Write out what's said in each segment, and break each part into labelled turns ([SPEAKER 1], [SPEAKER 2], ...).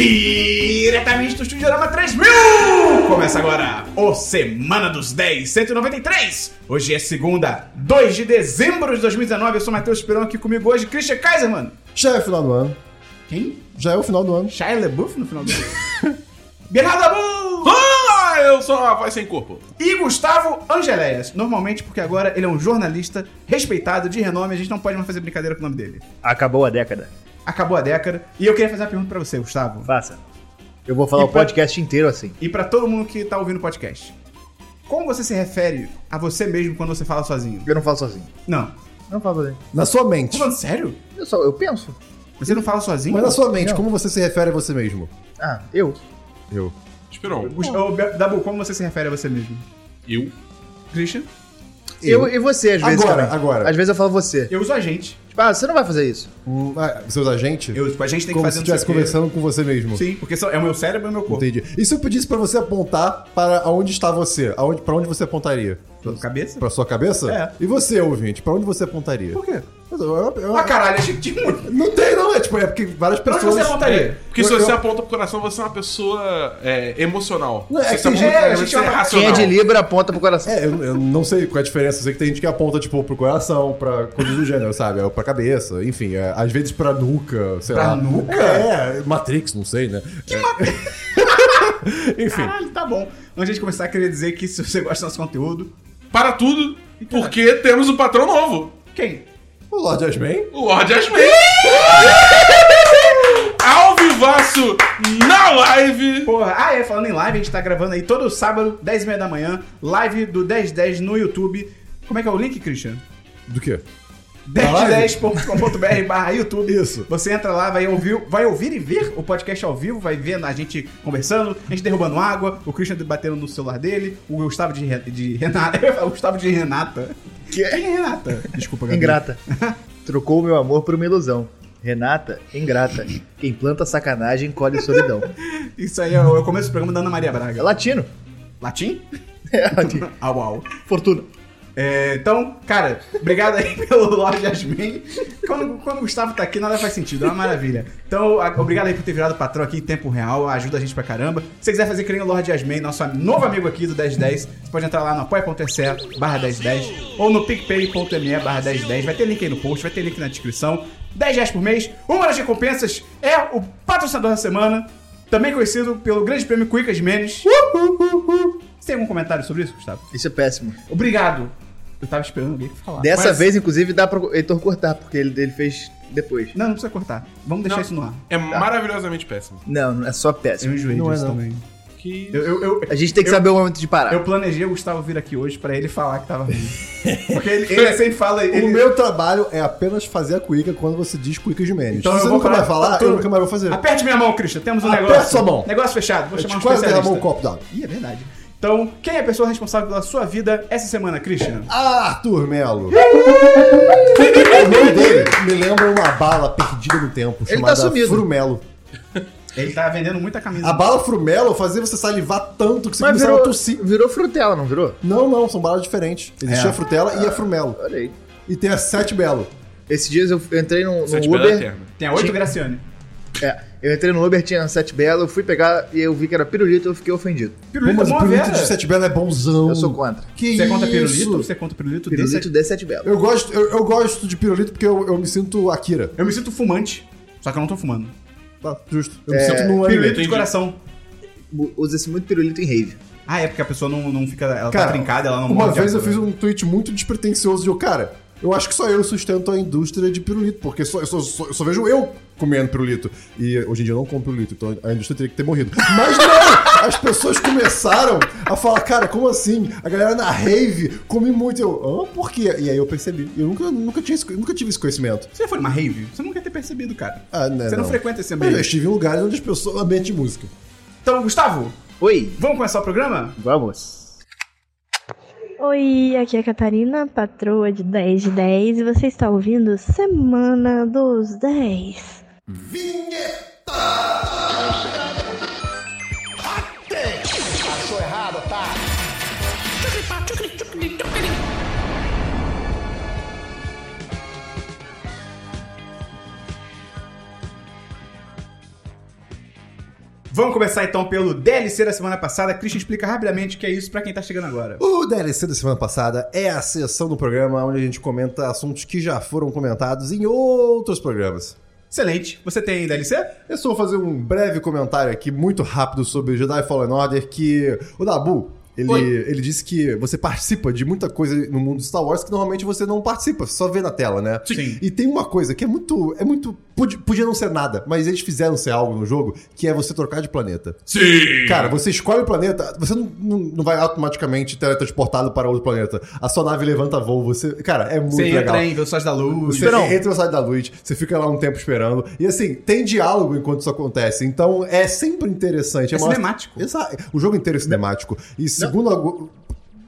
[SPEAKER 1] Diretamente do Studiorama 3000! Começa agora o Semana dos 10, 193! Hoje é segunda, 2 de dezembro de 2019. Eu sou Matheus Esperão aqui comigo hoje, Christian Kaiser, mano.
[SPEAKER 2] Já é o final do ano.
[SPEAKER 1] Quem?
[SPEAKER 2] Já é o final do ano.
[SPEAKER 1] Shia LaBeouf no final do ano? Bernardo Abu!
[SPEAKER 3] Ah, eu sou a voz sem corpo.
[SPEAKER 1] E Gustavo Angeléias. Normalmente, porque agora ele é um jornalista respeitado, de renome, a gente não pode mais fazer brincadeira com o nome dele.
[SPEAKER 4] Acabou a década.
[SPEAKER 1] Acabou a década. E eu queria fazer uma pergunta pra você, Gustavo.
[SPEAKER 4] Faça. Eu vou falar
[SPEAKER 1] E
[SPEAKER 4] o
[SPEAKER 1] pra-
[SPEAKER 4] podcast inteiro assim.
[SPEAKER 1] E pra todo mundo que tá ouvindo o podcast. Como você se refere a você mesmo quando você fala sozinho?
[SPEAKER 4] Eu não falo sozinho.
[SPEAKER 1] Não.
[SPEAKER 4] Não falo sozinho.
[SPEAKER 2] Na sua mente.
[SPEAKER 1] Tô falando sério?
[SPEAKER 4] Eu só, eu penso.
[SPEAKER 1] Você assim? não fala sozinho?
[SPEAKER 2] Mas na sua mente,
[SPEAKER 4] Não.
[SPEAKER 2] como você se refere a você mesmo?
[SPEAKER 4] Ah, eu.
[SPEAKER 2] Eu.
[SPEAKER 3] Esperou.
[SPEAKER 1] Gus- Ô, Be- Dabu, como você se refere a você mesmo?
[SPEAKER 3] Eu.
[SPEAKER 1] Christian?
[SPEAKER 4] Eu, e você, às vezes.
[SPEAKER 2] Agora,
[SPEAKER 4] também.
[SPEAKER 2] agora.
[SPEAKER 4] Às vezes eu falo você.
[SPEAKER 1] Eu uso a gente.
[SPEAKER 4] Tipo, ah, você não vai fazer isso.
[SPEAKER 2] Hum, ah, seus agentes?
[SPEAKER 1] Eu, tipo, a gente tem que
[SPEAKER 2] como se
[SPEAKER 1] fazer não sei
[SPEAKER 2] estivesse
[SPEAKER 1] o quê.
[SPEAKER 2] conversando com você mesmo.
[SPEAKER 1] Sim, porque são- é o meu cérebro e o meu corpo.
[SPEAKER 2] Entendi. E se eu pedisse pra você apontar para onde está você? Aonde, pra onde você apontaria?
[SPEAKER 1] Tô com Cabeça?
[SPEAKER 2] Pra sua cabeça?
[SPEAKER 1] É.
[SPEAKER 2] E você, ouvinte, pra onde você apontaria?
[SPEAKER 1] Por quê?
[SPEAKER 2] Eu- eu- eu-
[SPEAKER 1] Ah, caralho, achei que tinha muito.
[SPEAKER 2] não tem, não. É tipo, é porque várias
[SPEAKER 1] Pra onde
[SPEAKER 2] pessoas. É.
[SPEAKER 1] você apontaria?
[SPEAKER 3] Porque se
[SPEAKER 2] Eu-
[SPEAKER 3] você
[SPEAKER 2] eu-
[SPEAKER 3] aponta pro coração, você é uma pessoa é, emocional.
[SPEAKER 2] Não, é
[SPEAKER 3] Se
[SPEAKER 2] que tem
[SPEAKER 3] você aponta
[SPEAKER 2] gente-
[SPEAKER 3] pra
[SPEAKER 1] é,
[SPEAKER 3] você,
[SPEAKER 1] gente,
[SPEAKER 3] é
[SPEAKER 1] é-
[SPEAKER 4] Quem
[SPEAKER 3] racional.
[SPEAKER 4] é de Libra aponta pro coração.
[SPEAKER 2] É, eu, eu não sei qual é a diferença. Eu sei que tem gente que aponta, tipo, pro coração, pra coisas do gênero, sabe? Ou pra cabeça, enfim. é, às vezes pra nuca, sei
[SPEAKER 1] Pra
[SPEAKER 2] lá.
[SPEAKER 1] nuca?
[SPEAKER 2] É, é, Matrix, não sei, né? Que Matrix? enfim.
[SPEAKER 1] Caralho, tá bom. Antes de começar, queria dizer que se você gosta do nosso conteúdo...
[SPEAKER 3] Para tudo, porque temos um patrão novo.
[SPEAKER 1] Quem?
[SPEAKER 2] O Lorde Asman?
[SPEAKER 3] O Lorde Asmin. Ao vivaço, na live.
[SPEAKER 1] Porra, ah é, falando em live, a gente tá gravando aí todo sábado, 10h30 da manhã, live do 1010 no YouTube. Como é que é o link, Christian?
[SPEAKER 2] Do quê? live?
[SPEAKER 1] 1010.com.br barra YouTube.
[SPEAKER 2] Isso.
[SPEAKER 1] Você entra lá, vai ouvir, vai ouvir e ver o podcast ao vivo, vai ver a gente conversando, a gente derrubando água, o Christian batendo no celular dele, o Gustavo de, Re- de Renata. eu ia falar Gustavo de Renata. Quem é Renata? Desculpa, Gabi.
[SPEAKER 4] Ingrata. Trocou o meu amor por uma ilusão. Renata, ingrata. Quem planta sacanagem colhe solidão.
[SPEAKER 1] Isso aí, eu, eu começo o programa da Ana Maria
[SPEAKER 4] É
[SPEAKER 1] Braga.
[SPEAKER 4] latino.
[SPEAKER 1] Latim?
[SPEAKER 4] É latino.
[SPEAKER 1] Au, au.
[SPEAKER 4] Fortuna.
[SPEAKER 1] É, então, cara, obrigado aí pelo Lorde Jasmin. Quando, quando o Gustavo tá aqui, nada faz sentido, é uma maravilha. Então, a- obrigado aí por ter virado patrão aqui em tempo real, ajuda a gente pra caramba. Se você quiser fazer que nem o Lorde Jasmin, nosso am- novo amigo aqui do 1010, você pode entrar lá no apoia.se barra 1010 ou no picpay.me barra 1010. Vai ter link aí no post, vai ter link na descrição. 10 reais por mês, uma das recompensas é o patrocinador da semana, também conhecido pelo grande prêmio Cuicas de Menes. Você tem algum comentário sobre isso, Gustavo?
[SPEAKER 4] Isso é péssimo.
[SPEAKER 1] Obrigado. Eu tava esperando alguém falar.
[SPEAKER 4] Dessa
[SPEAKER 3] mas-
[SPEAKER 4] vez, inclusive, dá pra Heitor cortar, porque ele, ele fez depois.
[SPEAKER 1] Não, não precisa cortar. Vamos deixar
[SPEAKER 3] Não.
[SPEAKER 1] isso no ar.
[SPEAKER 3] É maravilhosamente péssimo.
[SPEAKER 4] Não, não é só péssimo.
[SPEAKER 1] Eu enjoei
[SPEAKER 2] Não é
[SPEAKER 1] disso
[SPEAKER 2] não.
[SPEAKER 1] também.
[SPEAKER 3] Que...
[SPEAKER 1] Eu, eu, eu,
[SPEAKER 4] A gente tem que saber o momento de parar.
[SPEAKER 1] eu planejei o Gustavo vir aqui hoje pra ele falar que tava ruim. Porque ele, ele sempre fala... Ele...
[SPEAKER 2] O meu trabalho é apenas fazer a cuica quando você diz cuica de menos.
[SPEAKER 1] Então
[SPEAKER 2] Se
[SPEAKER 1] eu
[SPEAKER 2] você
[SPEAKER 1] vou
[SPEAKER 2] nunca
[SPEAKER 1] parar.
[SPEAKER 2] vai falar,
[SPEAKER 1] Tudo.
[SPEAKER 2] eu nunca mais vou fazer.
[SPEAKER 1] Aperte minha mão, Christian. Temos um
[SPEAKER 2] Aperta
[SPEAKER 1] negócio.
[SPEAKER 2] sua mão.
[SPEAKER 1] Negócio fechado. Vou
[SPEAKER 2] Eu
[SPEAKER 1] chamar um
[SPEAKER 2] te quase
[SPEAKER 1] especialista.
[SPEAKER 2] derramou um copo d'água.
[SPEAKER 1] Ih, é verdade. Então, quem é a pessoa responsável pela sua vida essa semana, Christian?
[SPEAKER 2] Ah, Arthur Melo. o nome dele me lembra uma bala perdida no tempo
[SPEAKER 4] Ele
[SPEAKER 2] chamada
[SPEAKER 4] tá sumido.
[SPEAKER 2] Frumelo.
[SPEAKER 1] Ele tá vendendo muita camisa.
[SPEAKER 2] A bala Frumelo fazia você salivar tanto que você
[SPEAKER 4] Mas
[SPEAKER 2] começava a
[SPEAKER 4] virou,
[SPEAKER 2] tossir.
[SPEAKER 4] virou frutela, não virou?
[SPEAKER 2] Não, não, são balas diferentes. Existia
[SPEAKER 1] É.
[SPEAKER 2] a Frutela e a Frumelo.
[SPEAKER 4] Olha aí.
[SPEAKER 2] E tem a Sete Belo.
[SPEAKER 4] Esses dias eu entrei no, no
[SPEAKER 3] Sete Bela
[SPEAKER 4] Uber.
[SPEAKER 3] Eterna.
[SPEAKER 1] Tem a 8
[SPEAKER 4] Tinha-
[SPEAKER 1] Graciane.
[SPEAKER 4] É, eu entrei no Uber, tinha sete belo, eu fui pegar e eu vi que era pirulito, eu fiquei ofendido.
[SPEAKER 2] Pô,
[SPEAKER 1] Pirulito
[SPEAKER 2] mas o
[SPEAKER 1] bom,
[SPEAKER 2] pirulito
[SPEAKER 1] velho.
[SPEAKER 2] de Sete Belo é bonzão.
[SPEAKER 4] Eu sou contra.
[SPEAKER 2] Que
[SPEAKER 1] Você conta pirulito?
[SPEAKER 2] isso?
[SPEAKER 1] Você conta pirulito, desse
[SPEAKER 4] Pirulito de sete belo.
[SPEAKER 2] Eu gosto, eu, eu gosto de pirulito porque eu, eu me sinto Akira.
[SPEAKER 1] Eu me sinto fumante, só que eu não tô fumando.
[SPEAKER 2] Tá, justo. é, Eu me sinto num
[SPEAKER 1] Pirulito
[SPEAKER 2] anime.
[SPEAKER 1] de
[SPEAKER 3] entendi.
[SPEAKER 1] coração.
[SPEAKER 4] Bu- Usa-se muito pirulito em rave.
[SPEAKER 1] Ah, é porque a pessoa não, não fica. Ela tá
[SPEAKER 2] Cara,
[SPEAKER 1] trincada, ela não
[SPEAKER 2] Uma
[SPEAKER 1] morde a
[SPEAKER 2] vez eu
[SPEAKER 1] coisa.
[SPEAKER 2] fiz um tweet muito despretensioso de eu, cara, eu acho que só eu sustento a indústria de pirulito, porque só, eu, só, só- eu só vejo eu comendo pirulito. E hoje em dia eu não como pirulito, então a indústria teria que ter morrido. Mas não! As pessoas começaram a falar, cara, como assim? A galera na rave come muito. Eu, ah, por quê? E aí eu percebi. Eu nunca, nunca, tinha, esse- nunca tive esse conhecimento.
[SPEAKER 1] Você foi numa rave? Você nunca ia ter percebido, cara.
[SPEAKER 2] Ah, né,
[SPEAKER 1] Você não frequenta esse
[SPEAKER 2] Mas eu já
[SPEAKER 1] ambiente.
[SPEAKER 2] estive em lugares onde as pessoas. ambiente de música.
[SPEAKER 1] Então, Gustavo,
[SPEAKER 4] Oi,
[SPEAKER 1] vamos começar o programa?
[SPEAKER 4] vamos.
[SPEAKER 5] Oi, aqui é a Catarina, patroa de 10 de 10, e você está ouvindo Semana dos 10.
[SPEAKER 1] Vamos começar então pelo DLC da semana passada. Christian explica rapidamente o que é isso pra quem tá chegando agora.
[SPEAKER 2] O DLC da semana passada é a sessão do programa onde a gente comenta assuntos que já foram comentados em outros programas.
[SPEAKER 1] Excelente. Você tem DLC?
[SPEAKER 2] Eu só vou fazer um breve comentário aqui, muito rápido, sobre Jedi Fallen Order, que o Dabu, ele,
[SPEAKER 3] Oi.
[SPEAKER 2] ele disse que você participa de muita coisa no mundo de Star Wars que normalmente você não participa, só vê na tela, né?
[SPEAKER 3] Sim.
[SPEAKER 2] E tem uma coisa que é muito... É muito podia, podia não ser nada, mas eles fizeram ser algo no jogo, que é você trocar de planeta.
[SPEAKER 3] Sim!
[SPEAKER 2] Cara, você escolhe o planeta, você não, não, não vai automaticamente teletransportado para outro planeta. A sua nave levanta voo, você... Cara, é muito
[SPEAKER 1] Você
[SPEAKER 2] legal.
[SPEAKER 1] entra em Velocidade da Luz. É
[SPEAKER 2] Você entra no site da Luiz, você fica lá um tempo esperando. E assim, tem diálogo enquanto isso acontece. Então é sempre interessante.
[SPEAKER 1] É
[SPEAKER 2] uma-
[SPEAKER 1] cinemático.
[SPEAKER 2] Exa- O jogo inteiro é cinemático. E segundo algo.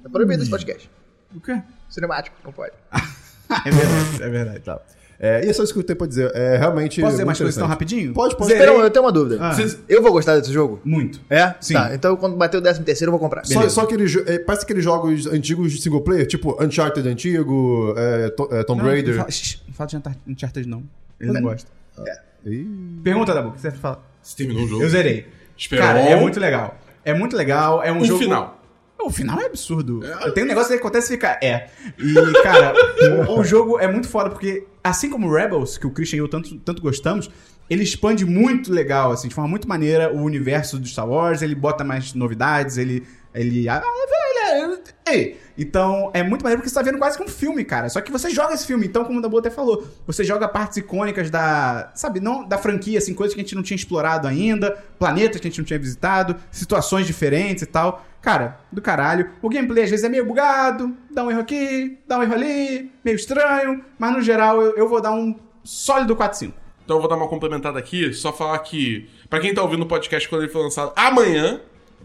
[SPEAKER 4] É proibido esse podcast.
[SPEAKER 1] O quê?
[SPEAKER 4] Cinemático, não pode.
[SPEAKER 1] Ah, é verdade, é verdade.
[SPEAKER 2] Tá. É, e é só isso que eu tenho pra dizer. É realmente.
[SPEAKER 1] Posso dizer
[SPEAKER 2] muito
[SPEAKER 1] mais coisas tão
[SPEAKER 2] interessante.
[SPEAKER 1] rapidinho?
[SPEAKER 2] Pode, pode. é
[SPEAKER 1] Zerei-
[SPEAKER 4] Esperão, um, eu tenho uma dúvida.
[SPEAKER 1] Ah.
[SPEAKER 4] Vocês- Eu vou gostar desse jogo?
[SPEAKER 1] Muito.
[SPEAKER 4] É?
[SPEAKER 1] Sim.
[SPEAKER 4] Tá, então quando bater o 13 terceiro eu vou comprar.
[SPEAKER 2] Só, só aqueles. jo- É, parece aqueles jogos antigos de single player, tipo Uncharted antigo, é, to- é, Tomb
[SPEAKER 1] Não,
[SPEAKER 2] Raider.
[SPEAKER 1] Não fala, shh, não fala de Antar- Uncharted, não. Ele
[SPEAKER 2] Né?
[SPEAKER 1] não
[SPEAKER 4] Também.
[SPEAKER 1] gosta.
[SPEAKER 2] É. Ih.
[SPEAKER 1] Pergunta, Dabu, o que você fala?
[SPEAKER 3] Você terminou o jogo?
[SPEAKER 1] Eu zerei.
[SPEAKER 3] Esperou.
[SPEAKER 1] Cara, é muito legal. É muito legal, é um
[SPEAKER 3] O
[SPEAKER 1] jogo...
[SPEAKER 3] final.
[SPEAKER 1] O final é absurdo. Tem um negócio que acontece e fica... É. E, cara, o, o jogo é muito foda, porque assim como Rebels, que o Christian e eu tanto, tanto gostamos, ele expande muito legal, assim, de forma muito maneira o universo do Star Wars, ele bota mais novidades, ele... Ele... ah, ele- ele- Ei. Então, é muito maneiro porque você tá vendo quase que um filme, cara. Só que você joga esse filme. Então, como o Dabu até falou, você joga partes icônicas da, sabe, não da franquia, assim, coisas que a gente não tinha explorado ainda, planetas que a gente não tinha visitado, situações diferentes e tal. Cara, do caralho. O gameplay às vezes é meio bugado, dá um erro aqui, dá um erro ali, meio estranho, mas no geral eu, eu vou dar um sólido 4-5.
[SPEAKER 3] Então eu vou dar uma complementada aqui, só falar que, Pra quem tá ouvindo o podcast quando ele for lançado amanhã,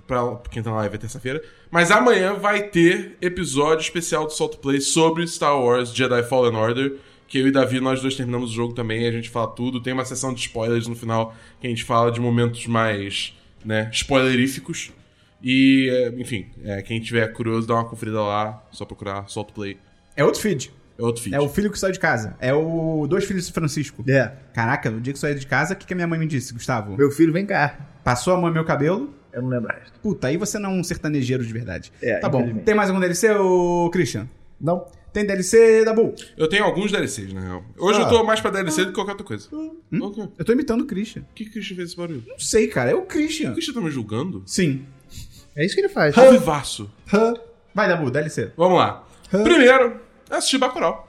[SPEAKER 3] pra pra quem tá na live é terça-feira, mas amanhã vai ter episódio especial do Solto Play sobre Star Wars Jedi Fallen Order, que eu e Davi, nós dois terminamos o jogo também, a gente fala tudo, tem uma sessão de spoilers no final, que a gente fala de momentos mais, né, spoileríficos. E, é, enfim, é, quem tiver curioso, dá uma conferida lá, só procurar Solto Play.
[SPEAKER 1] É outro feed.
[SPEAKER 3] É outro feed.
[SPEAKER 1] É o filho que saiu de casa. É o dois filhos de Francisco.
[SPEAKER 4] É.
[SPEAKER 1] Caraca, no dia que saiu de casa, o que, que a minha mãe me disse, Gustavo?
[SPEAKER 4] Meu filho, vem cá.
[SPEAKER 1] Passou a mão no meu cabelo,
[SPEAKER 4] Eu não lembro. o resto.
[SPEAKER 1] Puta, aí você não é um sertanejeiro de verdade.
[SPEAKER 4] É,
[SPEAKER 1] tá bom.
[SPEAKER 4] infelizmente.
[SPEAKER 1] Tem mais algum DLC, ô Christian?
[SPEAKER 2] Não.
[SPEAKER 1] Tem DLC, Dabu?
[SPEAKER 3] Eu tenho alguns DLCs, na real. Hoje
[SPEAKER 2] Ah. Hum?
[SPEAKER 3] eu tô mais pra DLC do que qualquer outra coisa. O quê?
[SPEAKER 1] Eu tô imitando o Christian.
[SPEAKER 3] O que que o Christian fez esse barulho?
[SPEAKER 1] Não sei, cara. É o
[SPEAKER 3] O
[SPEAKER 1] Christian.
[SPEAKER 3] Christian tá me julgando?
[SPEAKER 1] Sim.
[SPEAKER 4] É isso que ele faz.
[SPEAKER 3] Ao vivaço.
[SPEAKER 2] Hã?
[SPEAKER 1] Vai, Dabu, DLC.
[SPEAKER 3] Vamos lá. Primeiro, assistir Bacurau.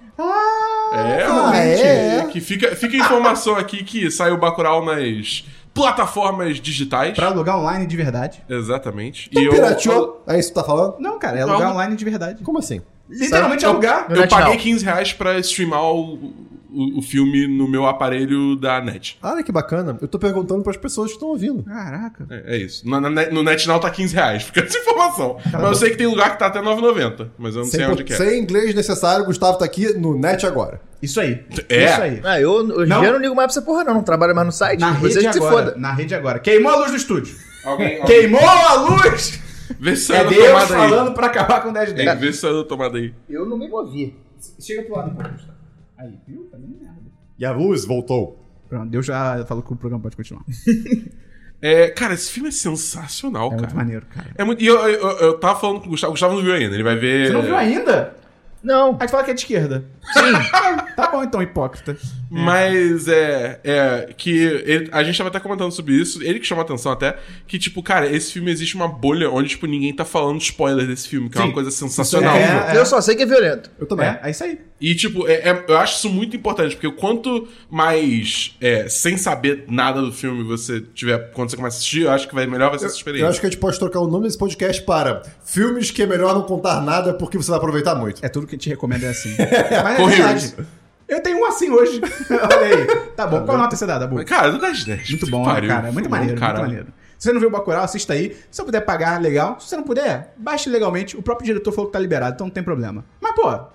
[SPEAKER 3] É,
[SPEAKER 2] ah, é, é.
[SPEAKER 3] Que fica, fica a informação aqui que saiu Bacurau nas plataformas digitais.
[SPEAKER 1] Pra alugar online de verdade?
[SPEAKER 3] Exatamente.
[SPEAKER 2] Tu
[SPEAKER 3] eu, eu,
[SPEAKER 2] pirateou? Então, É isso que tu tá falando?
[SPEAKER 1] Não, cara. É alugar
[SPEAKER 3] Não.
[SPEAKER 1] online de verdade.
[SPEAKER 2] Como assim?
[SPEAKER 1] Literalmente
[SPEAKER 3] Eu-
[SPEAKER 1] alugar.
[SPEAKER 4] Não é
[SPEAKER 3] paguei
[SPEAKER 4] tchau.
[SPEAKER 3] 15 reais pra streamar o, o, o filme no meu aparelho da net.
[SPEAKER 2] Ah, Olha que bacana. Eu tô perguntando pras pessoas que estão ouvindo.
[SPEAKER 1] Caraca.
[SPEAKER 3] É, é isso. Na- na net- no NetNow tá 15 reais. Fica essa informação. mas eu sei que tem lugar que tá até 9,90. Mas eu não sei
[SPEAKER 2] Sem,
[SPEAKER 3] onde que é.
[SPEAKER 2] sem inglês necessário, Gustavo tá aqui no net agora.
[SPEAKER 1] Isso aí.
[SPEAKER 3] É.
[SPEAKER 1] Isso aí.
[SPEAKER 4] Ah, eu hoje em
[SPEAKER 1] Não.
[SPEAKER 4] dia eu não ligo mais pra essa porra, não. Não trabalho mais no site.
[SPEAKER 1] Na
[SPEAKER 4] Vocês
[SPEAKER 1] rede
[SPEAKER 4] que se
[SPEAKER 1] agora.
[SPEAKER 4] foda.
[SPEAKER 1] Na rede agora. Queimou a luz do estúdio.
[SPEAKER 3] Alguém, alguém-
[SPEAKER 1] Queimou a luz!
[SPEAKER 3] Vê se saiu
[SPEAKER 1] É
[SPEAKER 3] da
[SPEAKER 1] Deus
[SPEAKER 3] Tá tomada aí.
[SPEAKER 1] falando É. pra acabar com 10
[SPEAKER 3] Tem que
[SPEAKER 1] 10.
[SPEAKER 3] ver se saiu da tomada aí.
[SPEAKER 4] Eu não me movi.
[SPEAKER 1] Chega pro lado, pô, Gustavo. Aí, viu? Tá nem merda.
[SPEAKER 2] E a luz voltou.
[SPEAKER 1] Pronto, Deus já falou que o programa pode continuar.
[SPEAKER 3] É, cara, esse filme é sensacional,
[SPEAKER 1] É muito
[SPEAKER 3] cara.
[SPEAKER 1] maneiro, cara.
[SPEAKER 3] É muito, e eu, eu, eu- eu tava falando com o Gustavo, o Gustavo não viu ainda, ele vai ver.
[SPEAKER 1] Você não viu ainda?
[SPEAKER 4] Não.
[SPEAKER 1] A gente fala que é de esquerda. Sim. tá bom então, hipócrita.
[SPEAKER 3] Mas é. é que ele- a gente tava até comentando sobre isso, ele que chamou a atenção até, que, tipo, cara, esse filme existe uma bolha onde, tipo, ninguém tá falando spoiler desse filme, que é
[SPEAKER 1] Sim.
[SPEAKER 3] uma coisa sensacional.
[SPEAKER 1] Isso é-
[SPEAKER 4] Eu só sei que é violento.
[SPEAKER 2] Eu também.
[SPEAKER 1] É, é isso aí.
[SPEAKER 3] E, tipo, é- é- eu acho isso muito importante, porque quanto mais é, sem saber nada do filme você tiver quando você começa a assistir, eu acho que vai melhor vai ser essa experiência.
[SPEAKER 2] Eu acho que a gente pode trocar o nome desse podcast para Filmes que é melhor não contar nada porque você vai aproveitar muito.
[SPEAKER 1] É tudo que a gente recomenda é assim. Mas é
[SPEAKER 3] Corre,
[SPEAKER 1] verdade. Eu tenho um assim hoje. Olha aí. Tá bom, qual nota você dá, Dabu?
[SPEAKER 3] Mas, Cara, eu não gosto de 10.
[SPEAKER 1] Muito
[SPEAKER 3] Puta
[SPEAKER 1] bom,
[SPEAKER 3] que pariu.
[SPEAKER 1] cara. é Muito
[SPEAKER 3] Bom,
[SPEAKER 1] maneiro,
[SPEAKER 3] cara.
[SPEAKER 1] muito maneiro. Se você não viu o Bacurau, assista aí. Se você puder pagar, legal. Se você não puder, baixe legalmente. O próprio diretor falou que tá liberado, então não tem problema. Mas, pô, dá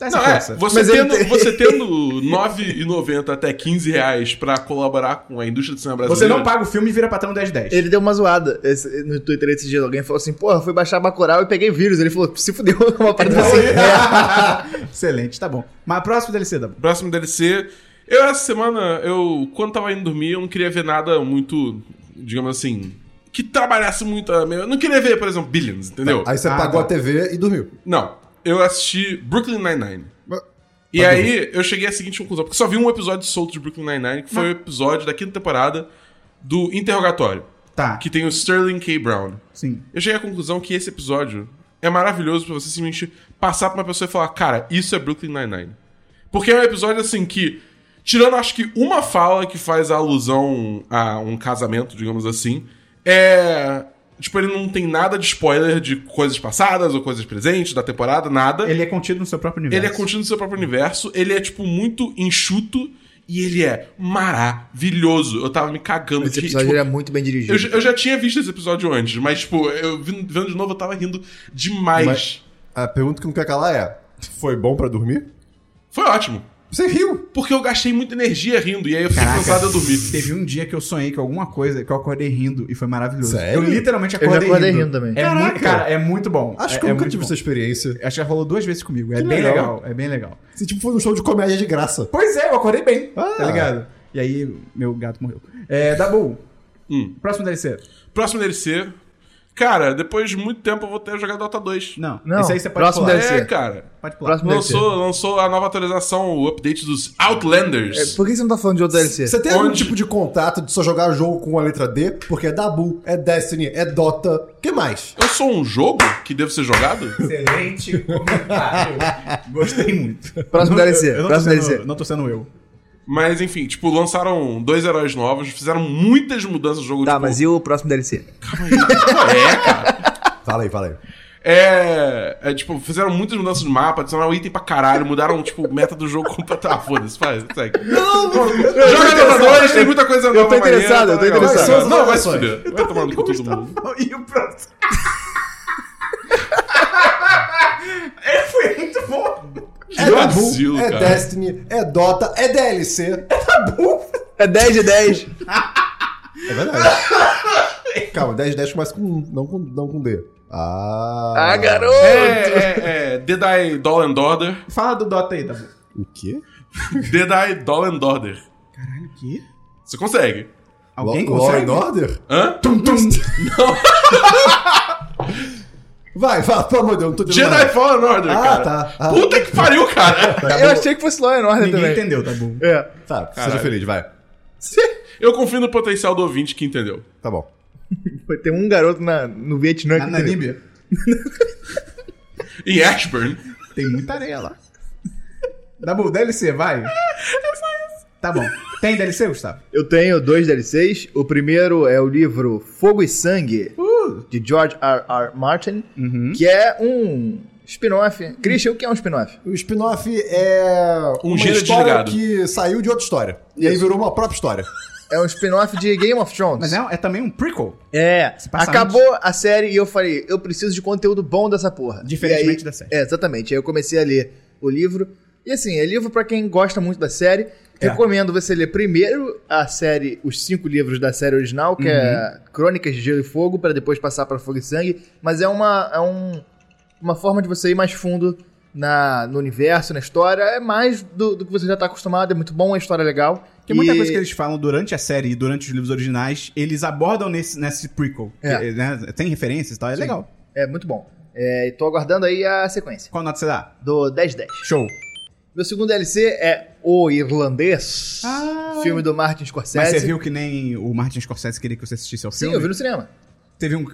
[SPEAKER 1] essa
[SPEAKER 3] Não,
[SPEAKER 1] força.
[SPEAKER 3] é, você
[SPEAKER 4] Mas ele
[SPEAKER 3] tendo,
[SPEAKER 4] tem-
[SPEAKER 3] você tendo R$9,90 até 15 reais pra colaborar com a indústria do cinema
[SPEAKER 1] Você
[SPEAKER 3] brasileiro.
[SPEAKER 1] não paga o filme e vira patrão 10-10.
[SPEAKER 4] Ele deu uma zoada esse- no Twitter esses dias. Alguém falou assim, porra, fui baixar Bacurau e peguei vírus. Ele falou, se fudeu. Uma parada assim.
[SPEAKER 1] Então, é. Excelente, tá bom. Mas próximo DLC, Dabu.
[SPEAKER 3] Próximo DLC. Eu, essa semana, eu, quando tava indo dormir, eu não queria ver nada muito, digamos assim, que trabalhasse muito. a minha- Eu não queria ver, por exemplo, Billions, entendeu?
[SPEAKER 2] Aí você
[SPEAKER 1] Ah,
[SPEAKER 2] apagou
[SPEAKER 1] tá.
[SPEAKER 2] a TV e dormiu.
[SPEAKER 3] Não. Eu assisti Brooklyn Nine-Nine.
[SPEAKER 2] Mas-
[SPEAKER 3] E aí eu cheguei à seguinte conclusão, porque só vi um episódio solto de Brooklyn Nine-Nine, que foi o episódio da quinta temporada do Interrogatório,
[SPEAKER 1] Tá,
[SPEAKER 3] que tem o Sterling K. Brown.
[SPEAKER 1] sim.
[SPEAKER 3] Eu cheguei à conclusão que esse episódio é maravilhoso pra você simplesmente passar pra uma pessoa e falar, cara, isso é Brooklyn Nine-Nine. Porque é um episódio assim que, tirando acho que uma fala que faz a alusão a um casamento, digamos assim, é. Tipo, ele não tem nada de spoiler de coisas passadas ou coisas presentes, da temporada, nada.
[SPEAKER 1] Ele é contido no seu próprio universo.
[SPEAKER 3] Ele é contínuo no seu próprio universo, ele é, tipo, muito enxuto e ele é maravilhoso. Eu tava me cagando
[SPEAKER 4] É. Esse
[SPEAKER 3] de rir,
[SPEAKER 4] episódio
[SPEAKER 3] tipo,
[SPEAKER 4] era muito bem dirigido.
[SPEAKER 3] eu, já- eu já tinha visto esse episódio antes, mas, tipo, eu vi- vendo de novo, eu tava rindo demais.
[SPEAKER 2] Mas- A pergunta que não quer calar é: foi bom pra dormir?
[SPEAKER 3] Foi ótimo.
[SPEAKER 2] Você riu.
[SPEAKER 3] Porque eu gastei muita energia rindo, e aí eu fiquei
[SPEAKER 1] Caraca.
[SPEAKER 3] cansado de dormir.
[SPEAKER 1] Teve um dia que eu sonhei com alguma coisa que eu acordei rindo e foi maravilhoso.
[SPEAKER 2] Sério?
[SPEAKER 1] Eu literalmente
[SPEAKER 4] já
[SPEAKER 1] acordei,
[SPEAKER 4] acordei rindo também.
[SPEAKER 1] É
[SPEAKER 2] Caraca.
[SPEAKER 1] muito, cara, é muito bom.
[SPEAKER 2] Acho
[SPEAKER 1] É-
[SPEAKER 2] que eu
[SPEAKER 1] é
[SPEAKER 2] nunca
[SPEAKER 1] muito
[SPEAKER 2] tive
[SPEAKER 1] bom.
[SPEAKER 2] essa experiência.
[SPEAKER 1] Acho que já rolou duas vezes comigo. É
[SPEAKER 2] Que
[SPEAKER 1] bem
[SPEAKER 2] legal.
[SPEAKER 1] legal, é bem legal.
[SPEAKER 2] Você tipo foi num show de comédia de graça.
[SPEAKER 1] Pois é, eu acordei bem,
[SPEAKER 2] Ah.
[SPEAKER 1] tá ligado? E aí, meu gato morreu. É, Dabu,
[SPEAKER 3] Hum.
[SPEAKER 1] próximo DLC.
[SPEAKER 3] Próximo DLC. Cara, depois de muito tempo eu vou ter jogado Dota 2.
[SPEAKER 1] Não,
[SPEAKER 4] Não,
[SPEAKER 1] esse aí você pode
[SPEAKER 4] próximo
[SPEAKER 1] pular.
[SPEAKER 4] DLC.
[SPEAKER 3] É, cara.
[SPEAKER 1] Pode pular.
[SPEAKER 4] Próximo DLC.
[SPEAKER 3] Lançou, lançou a nova atualização, o update dos Outlanders.
[SPEAKER 4] É, por que você não tá falando de outro DLC?
[SPEAKER 2] Você tem
[SPEAKER 3] Onde?
[SPEAKER 2] algum tipo de contato de só jogar jogo com a letra D? Porque é Dabu, é Destiny, é Dota. que mais?
[SPEAKER 3] Eu sou um jogo que devo ser jogado?
[SPEAKER 1] Excelente comentário. Gostei muito.
[SPEAKER 4] Próximo
[SPEAKER 1] Eu não-
[SPEAKER 4] DLC,
[SPEAKER 1] eu não tô
[SPEAKER 4] próximo
[SPEAKER 1] sendo-
[SPEAKER 4] DLC.
[SPEAKER 1] Não tô sendo eu.
[SPEAKER 3] Mas enfim, tipo, lançaram dois heróis novos, fizeram muitas mudanças no jogo.
[SPEAKER 4] Tá,
[SPEAKER 3] tipo,
[SPEAKER 4] mas e o próximo DLC?
[SPEAKER 3] É, cara.
[SPEAKER 2] Fala aí, fala aí.
[SPEAKER 3] É, é, tipo, fizeram muitas mudanças no mapa, adicionaram item pra caralho, mudaram, tipo, meta do jogo completamente. Ah, foda-se, faz, segue. Não, Joga Dota 2, tem muita coisa nova.
[SPEAKER 4] tô interessado,
[SPEAKER 3] maneira,
[SPEAKER 4] eu tô
[SPEAKER 3] tá legal.
[SPEAKER 2] interessado.
[SPEAKER 3] Não, vai se
[SPEAKER 2] assim?
[SPEAKER 3] fuder. Vai tomar no cu todo mundo.
[SPEAKER 1] E o próximo. Ele foi muito bom.
[SPEAKER 2] É
[SPEAKER 3] Que
[SPEAKER 2] Dabu,
[SPEAKER 3] vacilo,
[SPEAKER 2] é
[SPEAKER 3] cara.
[SPEAKER 2] Destiny, é Dota, é DLC.
[SPEAKER 4] É 10 de 10.
[SPEAKER 2] É verdade. Calma, 10 10 começa com 1, não com, não com D. Ah.
[SPEAKER 4] Ah, garoto!
[SPEAKER 3] É, é, é. Dead Eye Doll and Order.
[SPEAKER 1] Fala do Dota aí, Dabu.
[SPEAKER 2] O quê?
[SPEAKER 3] Dead Eye Doll and Order.
[SPEAKER 1] Caralho, que?
[SPEAKER 3] Você consegue.
[SPEAKER 1] Alguém
[SPEAKER 2] Lo-
[SPEAKER 1] consegue?
[SPEAKER 2] Law and Order?
[SPEAKER 3] Hã?
[SPEAKER 1] Tum, tum.
[SPEAKER 2] Vai, vai, pelo amor de Deus, não tô dizendo.
[SPEAKER 3] Jedi
[SPEAKER 2] nada.
[SPEAKER 3] Fallen Order,
[SPEAKER 2] Ah,
[SPEAKER 3] cara.
[SPEAKER 2] tá. Ah.
[SPEAKER 3] Puta que pariu, cara.
[SPEAKER 4] Eu achei que fosse Law and Order
[SPEAKER 1] Ninguém
[SPEAKER 4] também.
[SPEAKER 1] entendeu, Dabu.
[SPEAKER 4] É.
[SPEAKER 2] Tá,
[SPEAKER 3] Caralho.
[SPEAKER 2] seja feliz, vai.
[SPEAKER 3] Eu confio no potencial do ouvinte que entendeu.
[SPEAKER 2] Tá bom.
[SPEAKER 4] Foi- Tem um garoto na, no Vietnã
[SPEAKER 1] Na,
[SPEAKER 4] que
[SPEAKER 1] na
[SPEAKER 4] entendeu.
[SPEAKER 1] Líbia
[SPEAKER 3] Em Ashburn.
[SPEAKER 1] tem muita areia lá. Dabu, DLC, vai. Tá bom. Tem DLC, Gustavo?
[SPEAKER 4] Eu tenho dois DLCs. O primeiro é o livro Fogo e Sangue,
[SPEAKER 1] Uh!
[SPEAKER 4] de George R. R. Martin,
[SPEAKER 1] Uhum.
[SPEAKER 4] que é um spin-off. Christian, o que é um spin-off?
[SPEAKER 2] O spin-off é.
[SPEAKER 3] Um
[SPEAKER 2] uma
[SPEAKER 3] giro
[SPEAKER 2] história
[SPEAKER 3] desligado.
[SPEAKER 2] que saiu de outra história. E aí virou uma própria história.
[SPEAKER 4] É um spin-off de Game of Thrones.
[SPEAKER 1] Mas é, é também um prequel.
[SPEAKER 4] É,
[SPEAKER 1] passa
[SPEAKER 4] acabou a série e eu falei, eu preciso de conteúdo bom dessa porra.
[SPEAKER 1] Diferentemente
[SPEAKER 4] E aí-
[SPEAKER 1] da série.
[SPEAKER 4] É, exatamente. Aí eu comecei a ler o livro. E assim, é livro pra quem gosta muito da série.
[SPEAKER 1] É.
[SPEAKER 4] Recomendo você ler primeiro a série, os cinco livros da série original, que
[SPEAKER 1] Uhum.
[SPEAKER 4] é Crônicas de Gelo e Fogo, pra depois passar pra Fogo e Sangue. Mas é uma, é um, uma forma de você ir mais fundo na, no universo, na história. É mais do, do que você já tá acostumado, é muito bom, é uma história legal.
[SPEAKER 1] Porque muita
[SPEAKER 4] E-
[SPEAKER 1] coisa que eles falam durante a série e durante os livros originais, eles abordam nesse, nesse prequel.
[SPEAKER 4] É.
[SPEAKER 1] Que, né, tem referências e tal, é legal.
[SPEAKER 4] É muito bom. É, e tô aguardando aí a sequência
[SPEAKER 1] Qual nota você dá?
[SPEAKER 4] do 10-10.
[SPEAKER 1] Show.
[SPEAKER 4] Meu segundo DLC é O Irlandês,
[SPEAKER 1] Ah.
[SPEAKER 4] filme do Martin
[SPEAKER 1] Mas
[SPEAKER 4] Scorsese.
[SPEAKER 1] você viu que nem o Martin Scorsese queria que você assistisse ao
[SPEAKER 4] é Sim,
[SPEAKER 1] filme?
[SPEAKER 4] eu vi no cinema.
[SPEAKER 1] Teve um,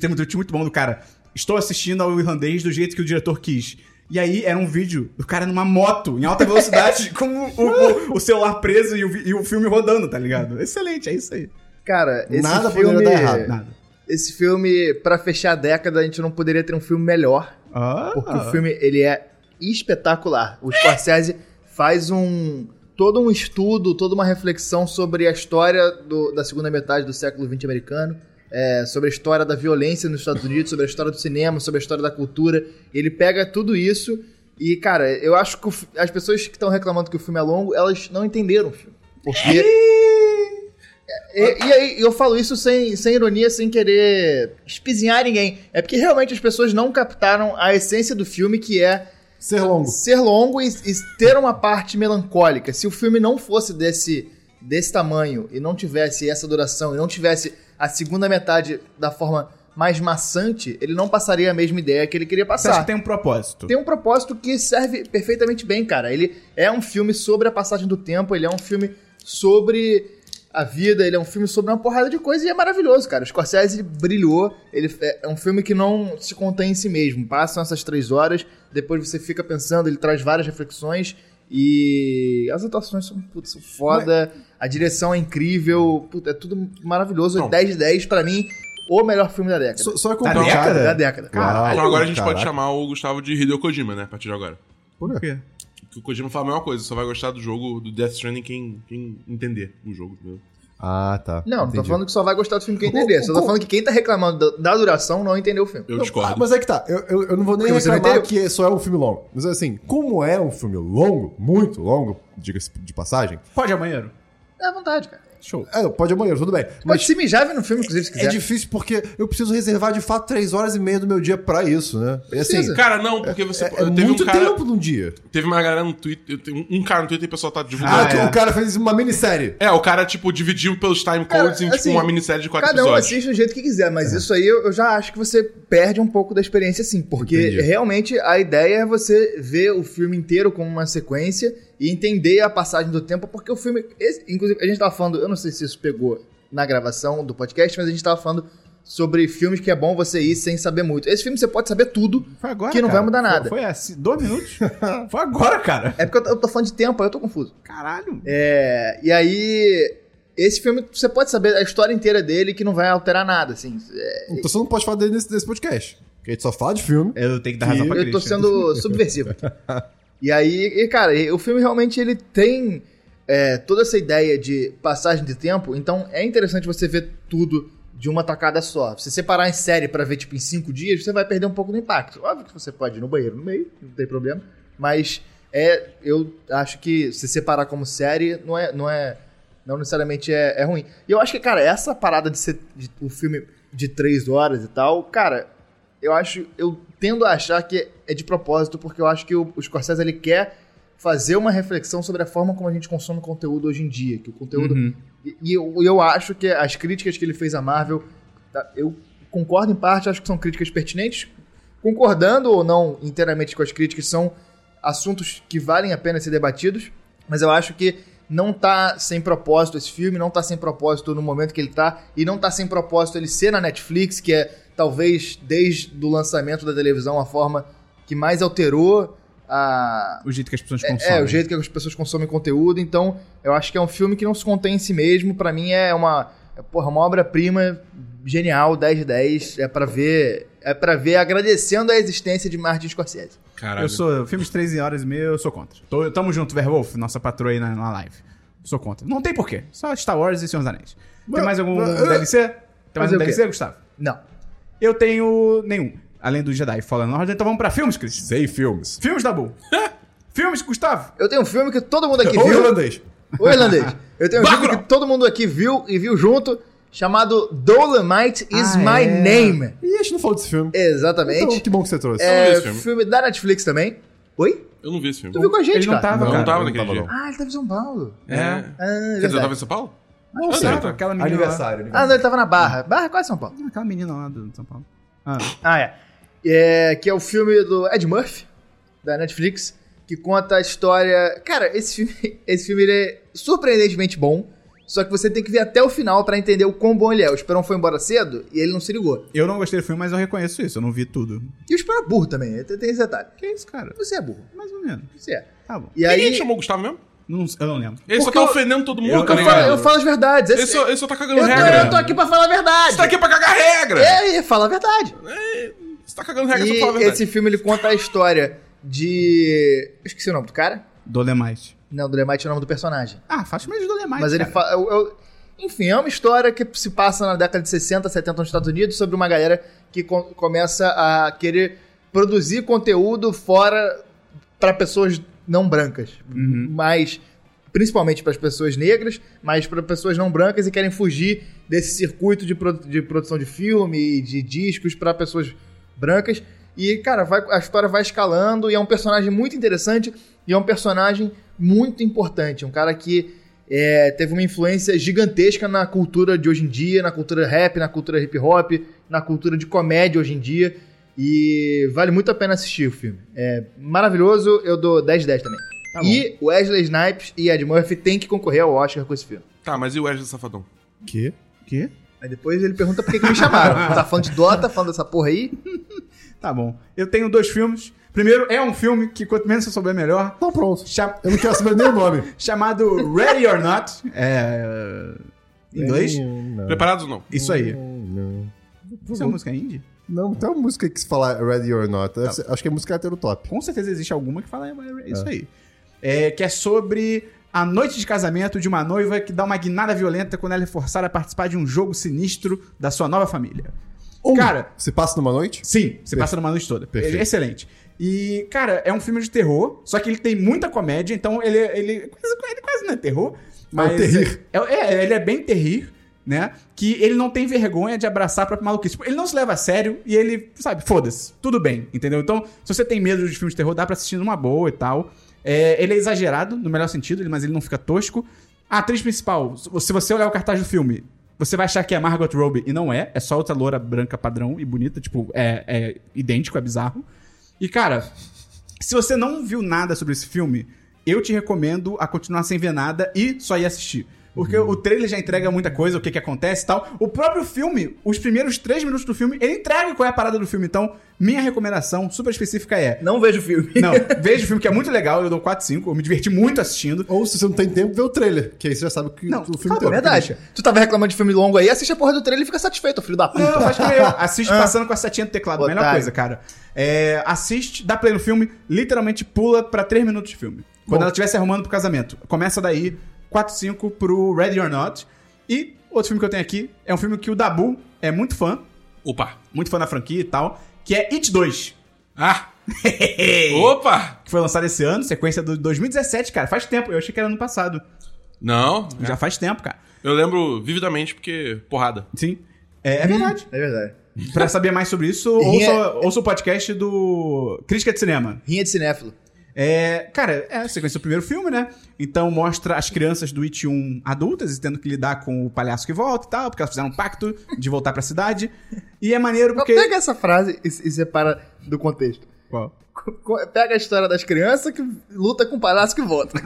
[SPEAKER 1] teve um tweet muito bom do cara. Estou assistindo ao irlandês do jeito que o diretor quis. E aí era um vídeo do cara numa moto, em alta velocidade, com o, o- o celular preso e o, vi- e o filme rodando, tá ligado? Excelente, é isso aí.
[SPEAKER 4] Cara, esse
[SPEAKER 2] Nada
[SPEAKER 4] filme...
[SPEAKER 2] poderia dar errado, né?
[SPEAKER 1] Nada.
[SPEAKER 4] Esse filme, pra fechar a década, a gente não poderia ter um filme melhor.
[SPEAKER 1] Ah,
[SPEAKER 4] Porque o filme, ele é espetacular. O Scorsese faz um... Todo um estudo, toda uma reflexão sobre a história do- da segunda metade do século XX americano. é, sobre a história da violência nos Estados Unidos, sobre a história do cinema, sobre a história da cultura. Ele pega tudo isso e, cara, eu acho que o fi- as pessoas que estão reclamando que o filme é longo, elas não entenderam o filme. Porque... E, e aí, eu falo isso sem, sem ironia, sem querer espizinhar ninguém. É porque realmente as pessoas não captaram a essência do filme, que é
[SPEAKER 2] Ser longo.
[SPEAKER 4] ser longo e, e ter uma parte melancólica. Se o filme não fosse desse desse tamanho e não tivesse essa duração, e não tivesse a segunda metade da forma mais maçante, ele não passaria a mesma ideia que ele queria
[SPEAKER 1] Você acha
[SPEAKER 4] passar.
[SPEAKER 1] que tem um propósito?
[SPEAKER 4] Tem um propósito que serve perfeitamente bem, cara. Ele é um filme sobre a passagem do tempo, ele é um filme sobre a vida, ele é um filme sobre uma porrada de coisa e é maravilhoso, cara. O Scorsese brilhou, ele é é um filme que não se contém em si mesmo. Passam essas três horas, depois você fica pensando, ele traz várias reflexões e as atuações são, putz, são foda, a direção é incrível, puta, é tudo maravilhoso.
[SPEAKER 3] Não.
[SPEAKER 4] 10 de 10, pra mim, o melhor filme da década.
[SPEAKER 2] Só, só é
[SPEAKER 1] Da
[SPEAKER 2] complicado.
[SPEAKER 1] década?
[SPEAKER 4] Da década.
[SPEAKER 2] Uau,
[SPEAKER 3] Então agora a gente pode
[SPEAKER 2] caraca.
[SPEAKER 3] chamar o Gustavo de Hideo Kojima, né? A partir de agora.
[SPEAKER 1] Por quê?
[SPEAKER 3] Porque o Kojima fala a mesma coisa, só vai gostar do jogo do Death Stranding quem, quem entender o jogo. entendeu?
[SPEAKER 2] Ah, tá.
[SPEAKER 4] Não, não tô
[SPEAKER 2] Entendi.
[SPEAKER 4] falando que só vai gostar do filme quem entender. Só tô falando que quem tá reclamando da, da duração não entendeu o filme.
[SPEAKER 3] Eu
[SPEAKER 2] Não,
[SPEAKER 3] discordo.
[SPEAKER 2] ah, mas é que tá, eu, eu, eu não vou nem
[SPEAKER 4] Porque você não
[SPEAKER 2] reclamar
[SPEAKER 4] entendeu?
[SPEAKER 2] que só é um filme longo. Mas assim, como é um filme longo, muito longo, diga-se de passagem,
[SPEAKER 4] um
[SPEAKER 1] Pode ir ao banheiro.
[SPEAKER 4] É à vontade, cara.
[SPEAKER 2] show. É, não, pode ir ao banheiro, tudo bem.
[SPEAKER 4] Pode
[SPEAKER 2] Mas
[SPEAKER 4] se mijar vendo o filme, inclusive, se
[SPEAKER 2] é
[SPEAKER 4] quiser.
[SPEAKER 2] difícil porque eu preciso reservar de fato três horas e meia do meu dia pra isso, né? E assim,
[SPEAKER 4] Precisa.
[SPEAKER 3] Cara, não, porque você.
[SPEAKER 2] é, é
[SPEAKER 3] teve
[SPEAKER 2] muito
[SPEAKER 3] um cara.
[SPEAKER 2] tempo num dia.
[SPEAKER 3] Teve uma galera no Twitter. eu tenho Um um cara no Twitter e o pessoal tá divulgando.
[SPEAKER 2] Ah,
[SPEAKER 1] Ah,
[SPEAKER 2] que
[SPEAKER 1] é.
[SPEAKER 2] o cara fez uma minissérie.
[SPEAKER 3] É, o cara, tipo, dividiu pelos time
[SPEAKER 4] Cara,
[SPEAKER 3] codes em,
[SPEAKER 4] assim,
[SPEAKER 3] tipo, uma minissérie de quatro
[SPEAKER 4] Cada um
[SPEAKER 3] episódios.
[SPEAKER 4] assiste do jeito que quiser, mas isso aí eu, eu já acho que você perde um pouco da experiência, sim. Porque
[SPEAKER 2] Entendi.
[SPEAKER 4] realmente a ideia é você ver o filme inteiro como uma sequência e entender a passagem do tempo, porque o filme. esse- inclusive, a gente tava falando, eu não sei se isso pegou na gravação do podcast, mas a gente tava falando sobre filmes que é bom você ir sem saber muito. Esse filme você pode saber tudo.
[SPEAKER 1] Foi agora,
[SPEAKER 4] Que não
[SPEAKER 1] cara.
[SPEAKER 4] vai mudar nada.
[SPEAKER 1] Foi, foi assim, dois minutos? foi agora, cara.
[SPEAKER 4] É porque eu tô, eu tô falando de tempo, aí eu tô confuso.
[SPEAKER 1] Caralho.
[SPEAKER 4] É, e aí, esse filme, você pode saber a história inteira dele que não vai alterar nada, assim. É,
[SPEAKER 2] Então você não pode falar dele nesse, nesse podcast. Porque a gente só fala de filme.
[SPEAKER 1] Eu tenho que dar
[SPEAKER 2] Que
[SPEAKER 1] razão pra
[SPEAKER 4] eu tô
[SPEAKER 1] Christian.
[SPEAKER 4] sendo subversivo. aqui. E aí, e, cara, e- o filme realmente ele tem é, toda essa ideia de passagem de tempo, então é interessante você ver tudo de uma tacada só. Se você separar em série pra ver, tipo, em cinco dias, você vai perder um pouco do impacto. Óbvio que você pode ir no banheiro no meio, não tem problema, mas é, eu acho que se separar como série não é, não é, não necessariamente é, é ruim. E eu acho que, cara, essa parada de ser de- o filme de três horas e tal, cara, eu acho, eu tendo a achar que é de propósito, porque eu acho que o, o Scorsese ele quer fazer uma reflexão sobre a forma como a gente consome conteúdo hoje em dia, que o conteúdo
[SPEAKER 1] Uhum.
[SPEAKER 4] e, e eu, eu acho que as críticas que ele fez à Marvel, tá, eu concordo em parte, acho que são críticas pertinentes. Concordando ou não inteiramente com as críticas, são assuntos que valem a pena ser debatidos, mas eu acho que não tá sem propósito esse filme, não tá sem propósito no momento que ele tá, e não tá sem propósito ele ser na Netflix, que é talvez desde o lançamento da televisão a forma que mais alterou a,
[SPEAKER 1] O jeito que as pessoas
[SPEAKER 4] é,
[SPEAKER 1] consomem.
[SPEAKER 4] É, o jeito que as pessoas consomem conteúdo, então eu acho que é um filme que não se contém em si mesmo, Pra mim é uma, é, porra, uma obra-prima genial, 10 de 10, é pra ver, é para ver agradecendo a existência de Martin Scorsese.
[SPEAKER 3] Caralho.
[SPEAKER 1] Eu sou... Filmes 13 horas e meia, eu sou contra. Tô- tamo junto, Werewolf, nossa patroa aí na, na live. Sou contra. Não tem porquê. Só Star Wars e Senhor dos Anéis. Tem
[SPEAKER 2] Mas-
[SPEAKER 1] mais algum
[SPEAKER 2] mas-
[SPEAKER 1] DLC? Tem mais
[SPEAKER 4] Fazer
[SPEAKER 1] um
[SPEAKER 4] o quê?
[SPEAKER 1] DLC, Gustavo?
[SPEAKER 4] Não.
[SPEAKER 1] Eu tenho nenhum. Além do Jedi Fallen Order. Então vamos pra filmes, Cris.
[SPEAKER 2] Sei filmes.
[SPEAKER 1] Filmes, Dabu. filmes, Gustavo.
[SPEAKER 4] Eu tenho um filme que todo mundo aqui
[SPEAKER 2] Ou
[SPEAKER 4] viu.
[SPEAKER 2] irlandês.
[SPEAKER 4] Ô, irlandês. Eu tenho um filme que todo mundo aqui viu e viu junto, chamado Dolomite is
[SPEAKER 1] Ah,
[SPEAKER 4] My
[SPEAKER 1] é.
[SPEAKER 4] Name.
[SPEAKER 2] E a gente não falou desse filme. Então,
[SPEAKER 4] Exatamente.
[SPEAKER 2] que bom que você trouxe.
[SPEAKER 3] vi
[SPEAKER 4] é
[SPEAKER 3] esse um filme.
[SPEAKER 4] filme da Netflix também. Oi?
[SPEAKER 3] Eu não vi esse filme.
[SPEAKER 4] Tu viu com a gente,
[SPEAKER 1] Ele não
[SPEAKER 4] cara?
[SPEAKER 1] tava,
[SPEAKER 3] Eu não tá-
[SPEAKER 1] cara.
[SPEAKER 3] tava
[SPEAKER 2] não
[SPEAKER 3] naquele
[SPEAKER 2] tava,
[SPEAKER 3] dia.
[SPEAKER 2] não.
[SPEAKER 4] Ah, ele tava em São Paulo.
[SPEAKER 3] É.
[SPEAKER 4] Ah,
[SPEAKER 3] Quer
[SPEAKER 4] verdade.
[SPEAKER 3] dizer, eu tava em São Paulo?
[SPEAKER 1] Não,
[SPEAKER 3] Eu
[SPEAKER 1] sei,
[SPEAKER 3] tava.
[SPEAKER 1] aquela menina
[SPEAKER 2] Aniversário.
[SPEAKER 4] Ah, não, ele tava na Barra. Barra é quase São Paulo.
[SPEAKER 1] lá. Aquela menina lá do São Paulo. Ah,
[SPEAKER 4] Ah, é. é. Que é o filme do Ed Murphy, da Netflix, que conta a história. Cara, esse filme, esse filme ele é surpreendentemente bom. Só que você tem que ver até o final pra entender o quão bom ele é. O Esperão foi embora cedo e ele não se ligou.
[SPEAKER 1] eu não gostei do filme, mas eu reconheço isso. Eu não vi tudo.
[SPEAKER 4] E o Esperão é burro também, tem tem esse detalhe.
[SPEAKER 1] Que isso, cara?
[SPEAKER 4] Você é burro,
[SPEAKER 1] Mais ou menos.
[SPEAKER 4] você é.
[SPEAKER 1] Tá bom.
[SPEAKER 4] E
[SPEAKER 3] Quem
[SPEAKER 4] aí.
[SPEAKER 3] chamou o Gustavo mesmo?
[SPEAKER 1] Não- eu não lembro.
[SPEAKER 3] Ele só
[SPEAKER 4] Porque
[SPEAKER 3] tá
[SPEAKER 4] eu-
[SPEAKER 3] ofendendo todo mundo,
[SPEAKER 1] eu-
[SPEAKER 3] tá
[SPEAKER 1] eu
[SPEAKER 4] Eu falo,
[SPEAKER 3] ligado?
[SPEAKER 4] eu falo as verdades.
[SPEAKER 3] Ele
[SPEAKER 4] Esse-
[SPEAKER 3] só, ele só tá cagando
[SPEAKER 4] eu, tô,
[SPEAKER 3] regra.
[SPEAKER 4] eu tô aqui pra falar a verdade.
[SPEAKER 3] Você tá aqui pra cagar regra!
[SPEAKER 4] É, é, fala a verdade.
[SPEAKER 3] Você tá cagando regra, só pra falar a
[SPEAKER 4] E
[SPEAKER 3] verdade.
[SPEAKER 4] esse filme ele conta a história de. Eu esqueci o nome do cara.
[SPEAKER 1] Dolemite.
[SPEAKER 4] Não, Dolemite é o nome do personagem.
[SPEAKER 1] Ah, faz menos Dolemite.
[SPEAKER 4] Mas ele
[SPEAKER 1] cara.
[SPEAKER 4] fala. eu- eu- Enfim, é uma história que se passa na década de 60, 70 nos Estados Unidos sobre uma galera que co- começa a querer produzir conteúdo fora para pessoas não brancas, mas principalmente para as pessoas negras, mas para pessoas não brancas e querem fugir desse circuito de, produ- de produção de filme, de discos para pessoas brancas. E, cara, vai- a história vai escalando e é um personagem muito interessante e é um personagem muito importante. Um cara que é, teve uma influência gigantesca na cultura de hoje em dia, na cultura rap, na cultura hip hop, na cultura de comédia hoje em dia. E vale muito a pena assistir o filme. É maravilhoso, eu dou 10 10 também. e Wesley Snipes e Ed Murphy têm que concorrer ao Oscar com esse filme.
[SPEAKER 3] Tá, mas e o Wesley Safadão?
[SPEAKER 2] Que?
[SPEAKER 1] Que?
[SPEAKER 4] Aí depois ele pergunta por que, que me chamaram. tá falando de Dota, falando dessa porra aí?
[SPEAKER 1] Tá bom. Eu tenho dois filmes. Primeiro é um filme que quanto menos eu souber melhor,
[SPEAKER 2] Então pronto.
[SPEAKER 1] cha-
[SPEAKER 2] Eu não quero saber nem o nome.
[SPEAKER 1] chamado Ready or Not, é em inglês.
[SPEAKER 2] Não,
[SPEAKER 3] Preparados ou não?
[SPEAKER 1] Isso aí.
[SPEAKER 2] Uhum. não.
[SPEAKER 1] Isso é uma música indie?
[SPEAKER 2] Não, tem uma música que se fala Ready or Not.
[SPEAKER 1] Tá.
[SPEAKER 2] Deve ser- Acho que é música hétero top.
[SPEAKER 1] Com certeza existe alguma que fala é isso aí. É, que é sobre a noite de casamento de uma noiva que dá uma guinada violenta quando ela é forçada a participar de um jogo sinistro da sua nova família. Cara,
[SPEAKER 2] Se passa numa noite?
[SPEAKER 1] Sim, você passa numa noite toda.
[SPEAKER 2] Perfeito.
[SPEAKER 1] Ele é excelente. E, cara, é um filme de terror, só que ele tem muita comédia, então ele, ele, quase- ele quase não é terror. Mas
[SPEAKER 2] terrir.
[SPEAKER 1] É, é, ele é bem terrir, né? Que ele não tem vergonha de abraçar a própria maluquice. Tipo, ele não se leva a sério e ele, sabe, foda-se, tudo bem, entendeu? Então, se você tem medo de filmes de terror, dá pra assistir numa boa e tal. É, ele é exagerado, no melhor sentido, ele- mas ele não fica tosco. A atriz principal, se você olhar o cartaz do filme, você vai achar que é Margot Robbie, e não é. É só outra loura branca padrão e bonita, tipo, é, é idêntico, é bizarro. E, cara, se você não viu nada sobre esse filme, eu te recomendo a continuar sem ver nada e só ir assistir. Porque o trailer já entrega muita coisa, o que que acontece e tal. O próprio filme, os primeiros três minutos do filme, ele entrega qual é a parada do filme. Então, minha recomendação super específica é...
[SPEAKER 4] Não vejo o filme.
[SPEAKER 1] Não, veja o filme que é muito legal, eu dou 4, 5, eu me diverti muito assistindo.
[SPEAKER 2] Ou se você não tem tempo, vê o trailer. Que aí você já sabe que
[SPEAKER 1] Não,
[SPEAKER 2] o filme
[SPEAKER 1] tá bom,
[SPEAKER 2] tem.
[SPEAKER 4] É Verdade. Tu tava reclamando de filme longo aí, assiste a porra do trailer e fica satisfeito, filho da puta.
[SPEAKER 1] Não, faz que nem eu. Assiste passando com a setinha do teclado.
[SPEAKER 4] Otário.
[SPEAKER 1] Melhor coisa, cara. É, assiste, dá play no filme, literalmente pula pra 3 minutos de filme. Quando
[SPEAKER 4] Bom.
[SPEAKER 1] ela estiver se arrumando pro casamento. Começa daí, 4, 5 pro Ready or Not. E outro filme que eu tenho aqui é um filme que o Dabu é muito fã,
[SPEAKER 3] Opa!
[SPEAKER 1] muito fã da franquia e tal, que é It 2.
[SPEAKER 3] Ah! Opa!
[SPEAKER 1] Que foi lançado esse ano, sequência do 2017, cara. Faz tempo, eu achei que era ano passado.
[SPEAKER 3] Não,
[SPEAKER 1] Já faz tempo, cara.
[SPEAKER 3] eu lembro vividamente porque porrada.
[SPEAKER 1] Sim. É, é verdade.
[SPEAKER 4] É verdade.
[SPEAKER 1] pra saber mais sobre isso,
[SPEAKER 4] Rinha-
[SPEAKER 1] ouça, ouça o podcast do Crítica de Cinema.
[SPEAKER 4] Rinha de cinéfilo.
[SPEAKER 1] É, cara, é a sequência do primeiro filme, né? Então mostra as crianças do It 1 adultas e tendo que lidar com o palhaço que volta e tal, porque elas fizeram um pacto de voltar pra cidade. E é maneiro porque.
[SPEAKER 4] Pega essa frase e, e separa do contexto.
[SPEAKER 1] Qual?
[SPEAKER 4] Co- co- Pega a história das crianças que luta com o palhaço que volta.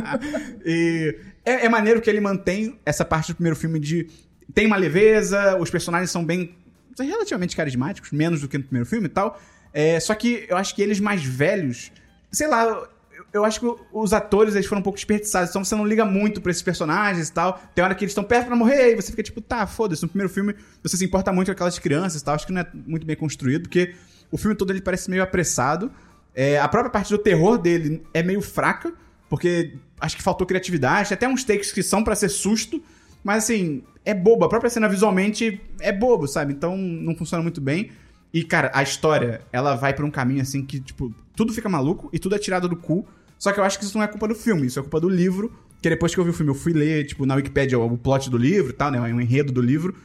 [SPEAKER 1] E é, é maneiro que ele mantém essa parte do primeiro filme de. Tem uma leveza, os personagens são bem. são relativamente carismáticos, menos do que no primeiro filme e tal. É, só que eu acho que eles mais velhos. Sei lá, eu, eu acho que os atores eles foram um pouco desperdiçados, então você não liga muito pra esses personagens e tal. Tem hora que eles estão perto pra morrer e você fica tipo, tá, foda-se. No primeiro filme você se importa muito com aquelas crianças e tal. Acho que não é muito bem construído, porque o filme todo ele parece meio apressado. É, a própria parte do terror dele é meio fraca. Porque acho que faltou criatividade, tem até uns takes que são pra ser susto, mas assim, é bobo. A própria cena visualmente é bobo, sabe? Então não funciona muito bem. E, cara, a história, ela vai pra um caminho assim que, tipo, tudo fica maluco e tudo é tirado do cu. Só que eu acho que isso não é culpa do filme, isso é culpa do livro. Que depois que eu vi o filme, eu fui ler, tipo, na Wikipédia o plot do livro e tal, né? O enredo do livro.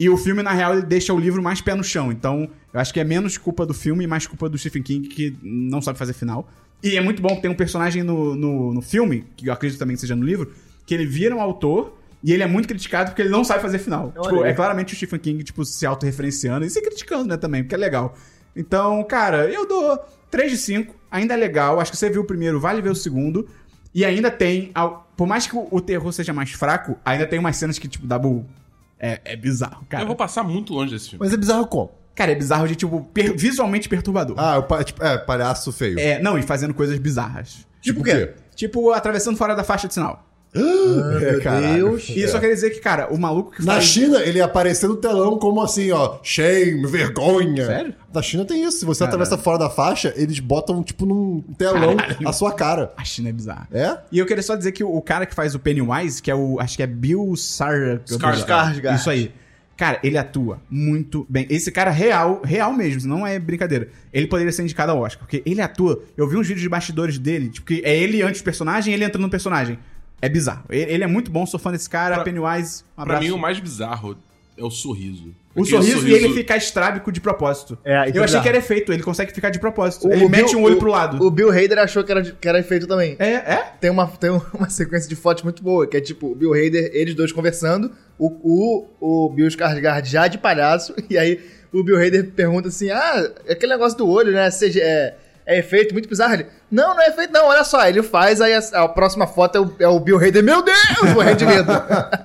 [SPEAKER 1] E o filme, na real, ele deixa o livro mais pé no chão. Então, eu acho que é menos culpa do filme e mais culpa do Stephen King, que não sabe fazer final. E é muito bom que tem um personagem no, no, no filme, que eu acredito também que seja no livro, que ele vira um autor e ele é muito criticado porque ele não sabe fazer final.
[SPEAKER 4] Olha
[SPEAKER 1] Tipo,
[SPEAKER 4] aí.
[SPEAKER 1] é claramente o Stephen King, tipo, se autorreferenciando e se criticando, né, também, porque é legal. Então, cara, eu dou 3 de 5, ainda é legal. Acho que você viu o primeiro, vale ver o segundo. E ainda tem. ao- Por mais que o- o terror seja mais fraco, ainda tem umas cenas que, tipo, Dabu. É, é bizarro, cara.
[SPEAKER 3] Eu vou passar muito longe desse filme.
[SPEAKER 2] Mas é bizarro como?
[SPEAKER 1] Cara, é bizarro de, tipo, per- visualmente perturbador.
[SPEAKER 2] Ah, o pa- tipo, é, palhaço feio.
[SPEAKER 1] É, não, e fazendo coisas bizarras.
[SPEAKER 2] Tipo o quê?
[SPEAKER 1] Tipo, atravessando fora da faixa de sinal.
[SPEAKER 2] É, caralho.
[SPEAKER 4] Deus.
[SPEAKER 1] E isso só quer dizer que, cara, o maluco que
[SPEAKER 2] Na
[SPEAKER 1] faz.
[SPEAKER 2] China, ele apareceu no telão como assim, ó, shame, vergonha.
[SPEAKER 1] Sério?
[SPEAKER 2] Na China tem isso. Se você atravessa fora da faixa, eles botam, tipo, num telão a sua cara.
[SPEAKER 1] A China é bizarra.
[SPEAKER 2] É?
[SPEAKER 1] E eu queria só dizer que o cara que faz o Pennywise, que é o. Acho que é Bill Sar...
[SPEAKER 3] Skarsgård.
[SPEAKER 4] Skarsgård.
[SPEAKER 1] Isso aí. Cara, ele atua muito bem. Esse cara real, real mesmo, não é brincadeira. Ele poderia ser indicado ao Oscar, porque ele atua. Eu vi uns vídeos de bastidores dele, tipo, que é ele antes do personagem, ele entrando no personagem. É bizarro. Ele ele é muito bom, sou fã desse cara.
[SPEAKER 3] Pra-
[SPEAKER 1] Pennywise, um
[SPEAKER 3] pra
[SPEAKER 1] abraço.
[SPEAKER 3] mim, o mais bizarro é o sorriso.
[SPEAKER 1] O
[SPEAKER 3] Aquele
[SPEAKER 1] sorriso, e ele ficar estrábico de propósito.
[SPEAKER 4] É, isso
[SPEAKER 1] eu achei
[SPEAKER 4] dá.
[SPEAKER 1] que era efeito, ele consegue ficar de propósito.
[SPEAKER 4] O-
[SPEAKER 1] ele
[SPEAKER 4] o
[SPEAKER 1] mete
[SPEAKER 4] Bill-
[SPEAKER 1] um olho
[SPEAKER 4] o-
[SPEAKER 1] pro lado.
[SPEAKER 4] O Bill Hader achou que era, de- que era efeito também.
[SPEAKER 1] É, é?
[SPEAKER 4] Tem, uma, tem uma sequência de fotos muito boa, que é tipo o Bill Hader, eles dois conversando, o, o, o Bill Skarsgård já de palhaço, e aí o Bill Hader pergunta assim, ah, aquele negócio do olho, né, seja, é, é efeito muito bizarro. Ele, não, não é efeito não, olha só, ele faz, aí a, a próxima foto é o, é o Bill Hader, meu Deus, morrendo de medo.